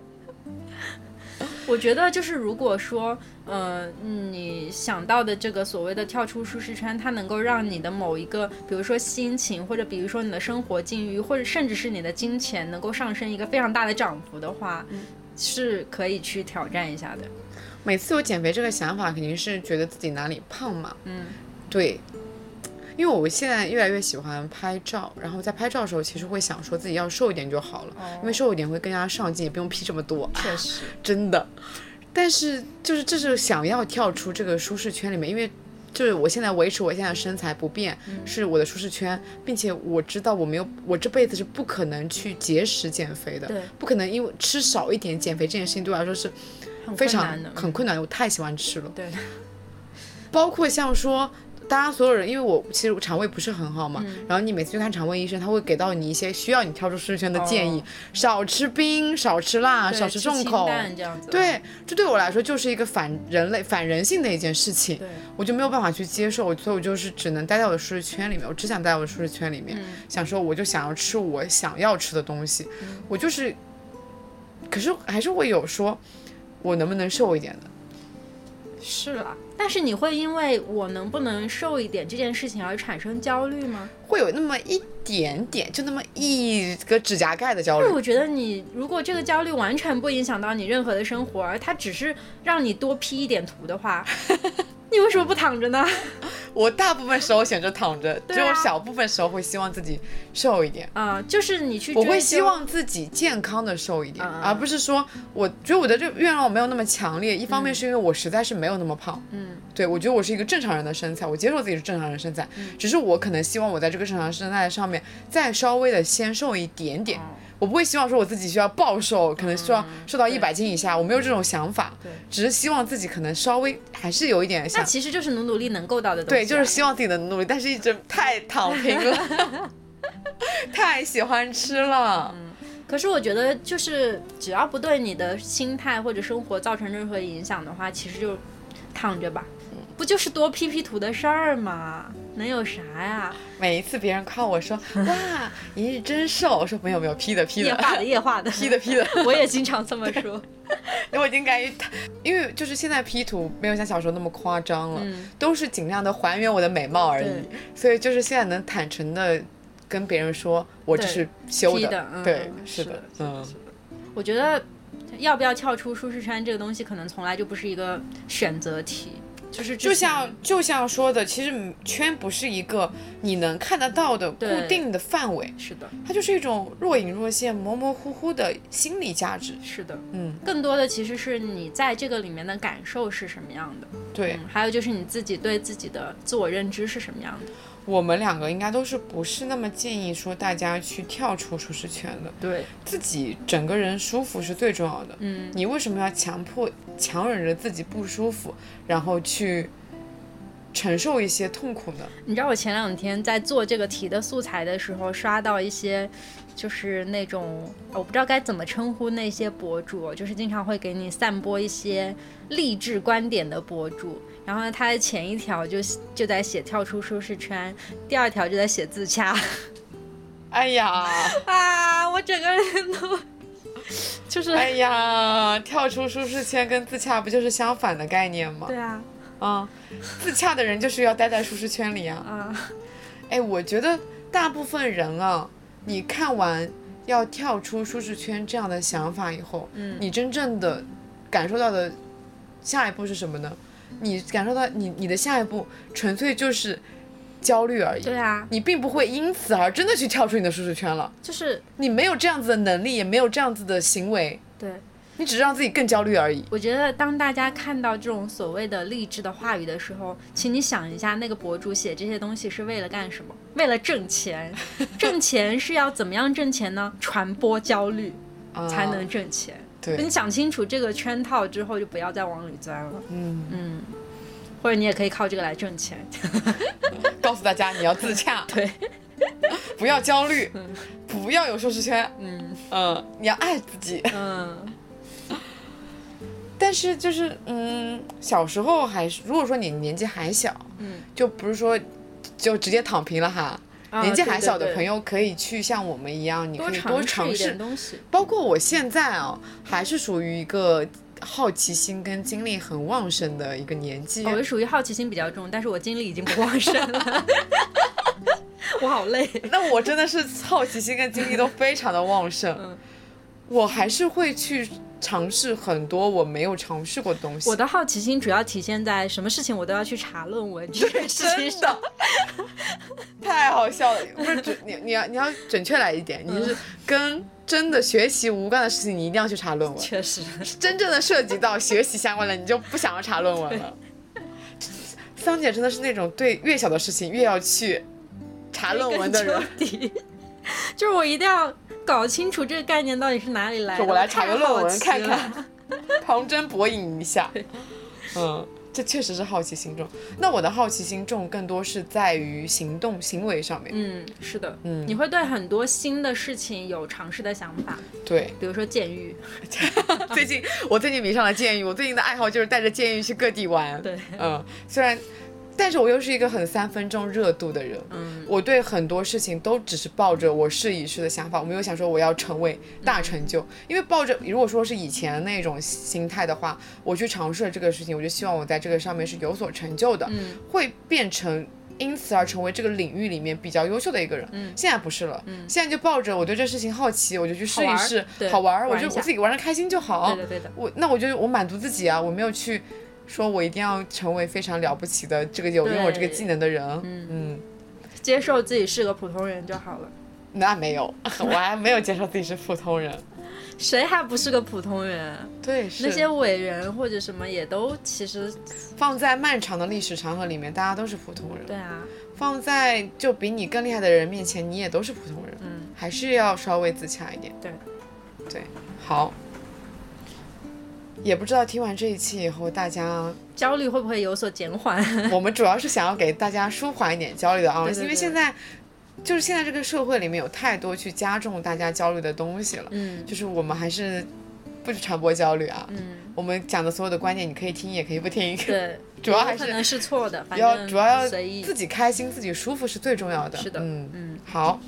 [SPEAKER 2] (laughs)
[SPEAKER 3] 我觉得就是如果说，呃，你想到的这个所谓的跳出舒适圈，它能够让你的某一个，比如说心情，或者比如说你的生活境遇，或者甚至是你的金钱，能够上升一个非常大的涨幅的话，
[SPEAKER 2] 嗯
[SPEAKER 3] 是可以去挑战一下的。
[SPEAKER 2] 每次有减肥这个想法，肯定是觉得自己哪里胖嘛。
[SPEAKER 3] 嗯，
[SPEAKER 2] 对，因为我现在越来越喜欢拍照，然后在拍照的时候，其实会想说自己要瘦一点就好了，因为瘦一点会更加上镜，也不用 P 这么多，
[SPEAKER 3] 确实，
[SPEAKER 2] 真的。但是就是这是想要跳出这个舒适圈里面，因为。就是我现在维持我现在的身材不变，
[SPEAKER 3] 嗯
[SPEAKER 2] 是我的舒适圈，并且我知道我没有，我这辈子是不可能去节食减肥的
[SPEAKER 3] 对，
[SPEAKER 2] 不可能因为吃少一点减肥这件事情对我来说是
[SPEAKER 3] 很
[SPEAKER 2] 非
[SPEAKER 3] 困
[SPEAKER 2] 常
[SPEAKER 3] 难的。
[SPEAKER 2] 很困难的，我太喜欢吃了。
[SPEAKER 3] 对，
[SPEAKER 2] 包括像说，大家所有人，因为我其实肠胃不是很好嘛，
[SPEAKER 3] 嗯
[SPEAKER 2] 然后你每次去看肠胃医生，他会给到你一些需要你跳出舒适圈的建议，
[SPEAKER 3] 哦
[SPEAKER 2] 少吃冰，少吃辣，
[SPEAKER 3] 对
[SPEAKER 2] 少吃
[SPEAKER 3] 吃
[SPEAKER 2] 重
[SPEAKER 3] 清
[SPEAKER 2] 口。
[SPEAKER 3] 淡这样子。
[SPEAKER 2] 对，这对我来说就是一个反人类、反人性的一件事情，
[SPEAKER 3] 对，
[SPEAKER 2] 我就没有办法去接受，所以我就是只能待在我的舒适圈里面。我只想待在我的舒适圈里
[SPEAKER 3] 嗯
[SPEAKER 2] 面，想说我就想要吃我想要吃的东西，
[SPEAKER 3] 嗯
[SPEAKER 2] 我就是，可是还是会有说，我能不能瘦一点的？
[SPEAKER 3] 是啦，但是你会因为我能不能瘦一点这件事情而产生焦虑吗？
[SPEAKER 2] 会有那么一点点，就那么一个指甲盖的焦
[SPEAKER 3] 但
[SPEAKER 2] 虑。
[SPEAKER 3] 我觉得你如果这个焦虑完全不影响到你任何的生活，而它只是让你多 P 一点图的
[SPEAKER 2] (laughs)
[SPEAKER 3] 话，你为什么不躺着呢？
[SPEAKER 2] 我大部分时候选择躺着，只
[SPEAKER 3] 啊
[SPEAKER 2] 有少部分时候会希望自己瘦一点。
[SPEAKER 3] 啊、就是你去追
[SPEAKER 2] 我
[SPEAKER 3] 究，哦
[SPEAKER 2] 会希望自己健康的瘦一点，
[SPEAKER 3] 嗯嗯
[SPEAKER 2] 而不是说我觉得我的这个愿望没有那么强烈。一方面是因为我实在是没有那么胖，
[SPEAKER 3] 嗯，
[SPEAKER 2] 对我觉得我是一个正常人的身材，我接受自己是正常人身材，
[SPEAKER 3] 嗯
[SPEAKER 2] 只是我可能希望我在这个正常身材上面再稍微的纤瘦一点点。
[SPEAKER 3] 哦
[SPEAKER 2] 我不会希望说我自己需要暴瘦，可能需要瘦到一百斤以下，我没有这种想法。
[SPEAKER 3] 嗯对
[SPEAKER 2] 只是希望自己可能稍微还是有一点
[SPEAKER 3] 那
[SPEAKER 2] 想，
[SPEAKER 3] 其实就是努努力能够到的东西啊、
[SPEAKER 2] 对，就是希望自己能努力，但是
[SPEAKER 3] (laughs)
[SPEAKER 2] 一直太躺平了，太喜欢吃了。
[SPEAKER 3] 可是我觉得，就是只要不对你的心态或者生活造成任何影响的话，其实就躺着吧，
[SPEAKER 2] 嗯
[SPEAKER 3] 不就是多 P P 图的事儿吗？能有啥呀？
[SPEAKER 2] 每一次别人夸我说哇，你真瘦，我说没有 (laughs) 没有，P 的 P
[SPEAKER 3] 夜
[SPEAKER 2] 的
[SPEAKER 3] 话的夜话
[SPEAKER 2] (laughs)
[SPEAKER 3] 的，
[SPEAKER 2] P 的 P 的， (laughs)
[SPEAKER 3] 我也经常这么说。
[SPEAKER 2] 因为我已经敢于，因为就是现在 P 图没有像小时候那么夸张了，
[SPEAKER 3] 嗯
[SPEAKER 2] 都是尽量的还原我的美貌而已
[SPEAKER 3] 对，
[SPEAKER 2] 所以就是现在能坦诚的跟别人说我这
[SPEAKER 3] 对
[SPEAKER 2] 是修
[SPEAKER 3] P 的嗯
[SPEAKER 2] 对，
[SPEAKER 3] 是
[SPEAKER 2] 的
[SPEAKER 3] 的，
[SPEAKER 2] 嗯，
[SPEAKER 3] 我觉得要不要跳出舒适圈这个东西，可能从来就不是一个选择题，就是之
[SPEAKER 2] 就
[SPEAKER 3] 前
[SPEAKER 2] 像就像说的，其实圈不是一个你能看得到的固
[SPEAKER 3] 对
[SPEAKER 2] 定的范围，
[SPEAKER 3] 是的，
[SPEAKER 2] 它就是一种若隐若现、模模糊糊的心理价值。
[SPEAKER 3] 是的，
[SPEAKER 2] 嗯，
[SPEAKER 3] 更多的其实是你在这个里面的感受是什么样的，
[SPEAKER 2] 对
[SPEAKER 3] 嗯，还有就是你自己对自己的自我认知是什么样的，
[SPEAKER 2] 我们两个应该都是不是那么建议说大家去跳出舒适圈的，
[SPEAKER 3] 对，
[SPEAKER 2] 自己整个人舒服是最重要的。
[SPEAKER 3] 嗯，
[SPEAKER 2] 你为什么要强迫、强忍着自己不舒服，然后去承受一些痛苦呢？
[SPEAKER 3] 你知道我前两天在做这个题的素材的时候，刷到一些，就是那种呃我不知道该怎么称呼那些博主，哦就是经常会给你散播一些励志观点的博主。然后呢，他的前一条就就在写跳出舒适圈，第二条就在写自洽 (laughs)
[SPEAKER 2] 哎呀，
[SPEAKER 3] 啊，我整个人都 (laughs) 就是、
[SPEAKER 2] 哎呀，跳出舒适圈跟自洽不就是相反的概念吗？
[SPEAKER 3] 对啊
[SPEAKER 2] 啊、自洽的人就是要待在舒适圈里啊。
[SPEAKER 3] 啊，
[SPEAKER 2] 哎，我觉得大部分人啊，你看完要跳出舒适圈这样的想法以后，
[SPEAKER 3] 嗯
[SPEAKER 2] 你真正的感受到的下一步是什么呢？你感受到你你的下一步纯粹就是焦虑而已，
[SPEAKER 3] 对啊，
[SPEAKER 2] 你并不会因此而真的去跳出你的舒适圈了，
[SPEAKER 3] 就是
[SPEAKER 2] 你没有这样子的能力，也没有这样子的行为，
[SPEAKER 3] 对。
[SPEAKER 2] 你只是让自己更焦虑而已。
[SPEAKER 3] 我觉得当大家看到这种所谓的励志的话语的时候，请你想一下，那个博主写这些东西是为了干什么？为了挣钱，
[SPEAKER 2] (laughs)
[SPEAKER 3] 挣钱是要怎么样挣钱呢？传播焦虑
[SPEAKER 2] 啊
[SPEAKER 3] 才能挣钱。你
[SPEAKER 2] 对，
[SPEAKER 3] 想清楚这个圈套之后，就不要再往里钻了。
[SPEAKER 2] 嗯，
[SPEAKER 3] 嗯，或者你也可以靠这个来挣钱。
[SPEAKER 2] 告诉大家你要自洽，
[SPEAKER 3] (laughs) 对，
[SPEAKER 2] (laughs) 不要焦虑，不要有舒适圈，
[SPEAKER 3] 嗯
[SPEAKER 2] 嗯，你要爱自己。 (laughs)
[SPEAKER 3] 嗯，
[SPEAKER 2] 但是就是嗯，小时候还是，如果说你年纪还小，
[SPEAKER 3] 嗯，
[SPEAKER 2] 就不是说就直接躺平了哈。
[SPEAKER 3] 啊
[SPEAKER 2] 年纪
[SPEAKER 3] 对
[SPEAKER 2] 还
[SPEAKER 3] 对
[SPEAKER 2] 小的
[SPEAKER 3] 对
[SPEAKER 2] 朋友可以去像我们一样，你可以多
[SPEAKER 3] 尝
[SPEAKER 2] 尝
[SPEAKER 3] 一点
[SPEAKER 2] 试。
[SPEAKER 3] 东西。
[SPEAKER 2] 包括我现在啊，还是属于一个好奇心跟精力很旺盛的一个年纪。
[SPEAKER 3] 我是属于好奇心比较重，但是我精力已经不旺盛
[SPEAKER 2] (laughs)
[SPEAKER 3] 了，我好累。
[SPEAKER 2] 那我真的是好奇心跟精力都非常的旺盛，
[SPEAKER 3] (laughs) 嗯
[SPEAKER 2] 我还是会去尝试很多我没有尝试过的东西。
[SPEAKER 3] 我的好奇心主要体现在什么事情我都要去查论文这件事情
[SPEAKER 2] 真
[SPEAKER 3] 上。
[SPEAKER 2] 的太好笑了。 (laughs) 不是准你你要你要准确来一点，你
[SPEAKER 3] 嗯
[SPEAKER 2] 是跟真的学习无关的事情，你一定要去查论文。
[SPEAKER 3] (laughs) 确实，
[SPEAKER 2] 真正的涉及到学习相关的，你就不想要查论文了。桑姐真的是那种对越小的事情越要去查论文的人
[SPEAKER 3] 根。究底，就是我一定要搞清楚这个概念到底是哪里来
[SPEAKER 2] 就
[SPEAKER 3] 的。
[SPEAKER 2] 我来查个论文
[SPEAKER 3] (laughs) 太
[SPEAKER 2] 看
[SPEAKER 3] 好奇了
[SPEAKER 2] 看，旁征博引一下。嗯，这确实是好奇心重。那我的好奇心重更多是在于行动行为上面。
[SPEAKER 3] 嗯，是的，
[SPEAKER 2] 嗯
[SPEAKER 3] 你会对很多新的事情有尝试的想法，
[SPEAKER 2] 对，
[SPEAKER 3] 比如说监狱，
[SPEAKER 2] 最近我最近迷上了剑鱼，我最近的爱好就是带着剑鱼去各地玩。
[SPEAKER 3] 对，
[SPEAKER 2] 嗯，虽然，但是我又是一个很三分钟热度的人。
[SPEAKER 3] 嗯，
[SPEAKER 2] 我对很多事情都只是抱着我试一试的想法，我没有想说我要成为大成
[SPEAKER 3] 嗯
[SPEAKER 2] 就，因为抱着如果说是以前那种心态的话，我去尝试了这个事情，我就希望我在这个上面是有所成就的，
[SPEAKER 3] 嗯
[SPEAKER 2] 会变成。因此而成为这个领域里面比较优秀的一个人。
[SPEAKER 3] 嗯
[SPEAKER 2] 现在不是了，
[SPEAKER 3] 嗯
[SPEAKER 2] 现在就抱着我对这事情好奇，我就去试
[SPEAKER 3] 好
[SPEAKER 2] 一
[SPEAKER 3] 玩儿
[SPEAKER 2] 试，
[SPEAKER 3] 对
[SPEAKER 2] 好玩儿，我
[SPEAKER 3] 玩
[SPEAKER 2] 就
[SPEAKER 3] 一下
[SPEAKER 2] 我自己玩的开心就好。
[SPEAKER 3] 对的对的，
[SPEAKER 2] 我那我就我满足自己啊，我没有去说我一定要成为非常了不起的这个有拥有这个
[SPEAKER 3] 对
[SPEAKER 2] 技能的人，
[SPEAKER 3] 嗯
[SPEAKER 2] 嗯，
[SPEAKER 3] 接受自己是个普通人就好了，
[SPEAKER 2] 那没有，我还没有接受自己是普通人，
[SPEAKER 3] 谁还不是个普通人？
[SPEAKER 2] 对，是
[SPEAKER 3] 那些伟人或者什么也都其实，
[SPEAKER 2] 放在漫长的历史长河里面，大家都是普通人，
[SPEAKER 3] 对啊，
[SPEAKER 2] 放在就比你更厉害的人面前，你也都是普通人，
[SPEAKER 3] 嗯。
[SPEAKER 2] 还是要稍微自洽一点，
[SPEAKER 3] 对，
[SPEAKER 2] 对，好。也不知道听完这一期以后，大 (laughs) 家
[SPEAKER 3] 焦虑会不会有所减缓？
[SPEAKER 2] 我们主要是想要给大家舒缓一点焦虑的啊，
[SPEAKER 3] 对对
[SPEAKER 2] 因为
[SPEAKER 3] 对
[SPEAKER 2] 现在就是现在这个社会里面有太多去加重大家焦虑的东西了，
[SPEAKER 3] 嗯
[SPEAKER 2] 就是我们还是不传播焦虑啊。
[SPEAKER 3] 嗯，
[SPEAKER 2] 我们讲的所有的观点，你可以听也可以不听， (laughs)
[SPEAKER 3] 对，
[SPEAKER 2] 主要还
[SPEAKER 3] 有可
[SPEAKER 2] 是
[SPEAKER 3] 能是错的，
[SPEAKER 2] (laughs)
[SPEAKER 3] 反
[SPEAKER 2] 要
[SPEAKER 3] 正
[SPEAKER 2] 主要要
[SPEAKER 3] 随意
[SPEAKER 2] 自。己开心、自己舒服是最重要的。
[SPEAKER 3] 是的，
[SPEAKER 2] 嗯，
[SPEAKER 3] 嗯，
[SPEAKER 2] 好，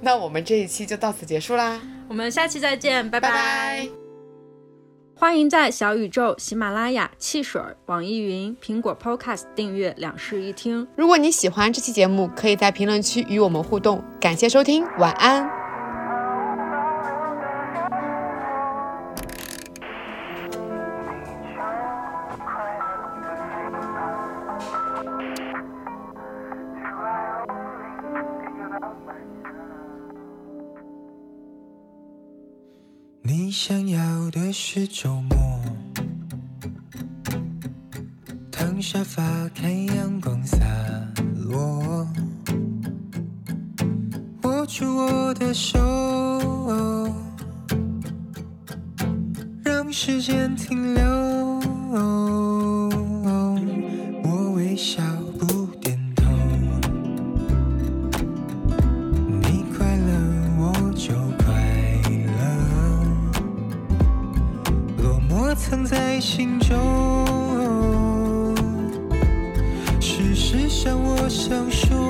[SPEAKER 2] 那我们这一期就到此结束啦，
[SPEAKER 3] 我们下期再见，拜
[SPEAKER 2] 拜拜
[SPEAKER 3] 欢迎在小宇宙、喜马拉雅、汽水、网易云、苹果 Podcast 订阅《两室一厅》。
[SPEAKER 2] 如果你喜欢这期节目，可以在评论区与我们互动。感谢收听，晚安。
[SPEAKER 4] 你想要的是周末，躺沙发看阳光洒落，握住我的手，让时间停留。我微笑不点头，你快乐我就快乐，落寞藏在心中。事实上，我想说。Oh,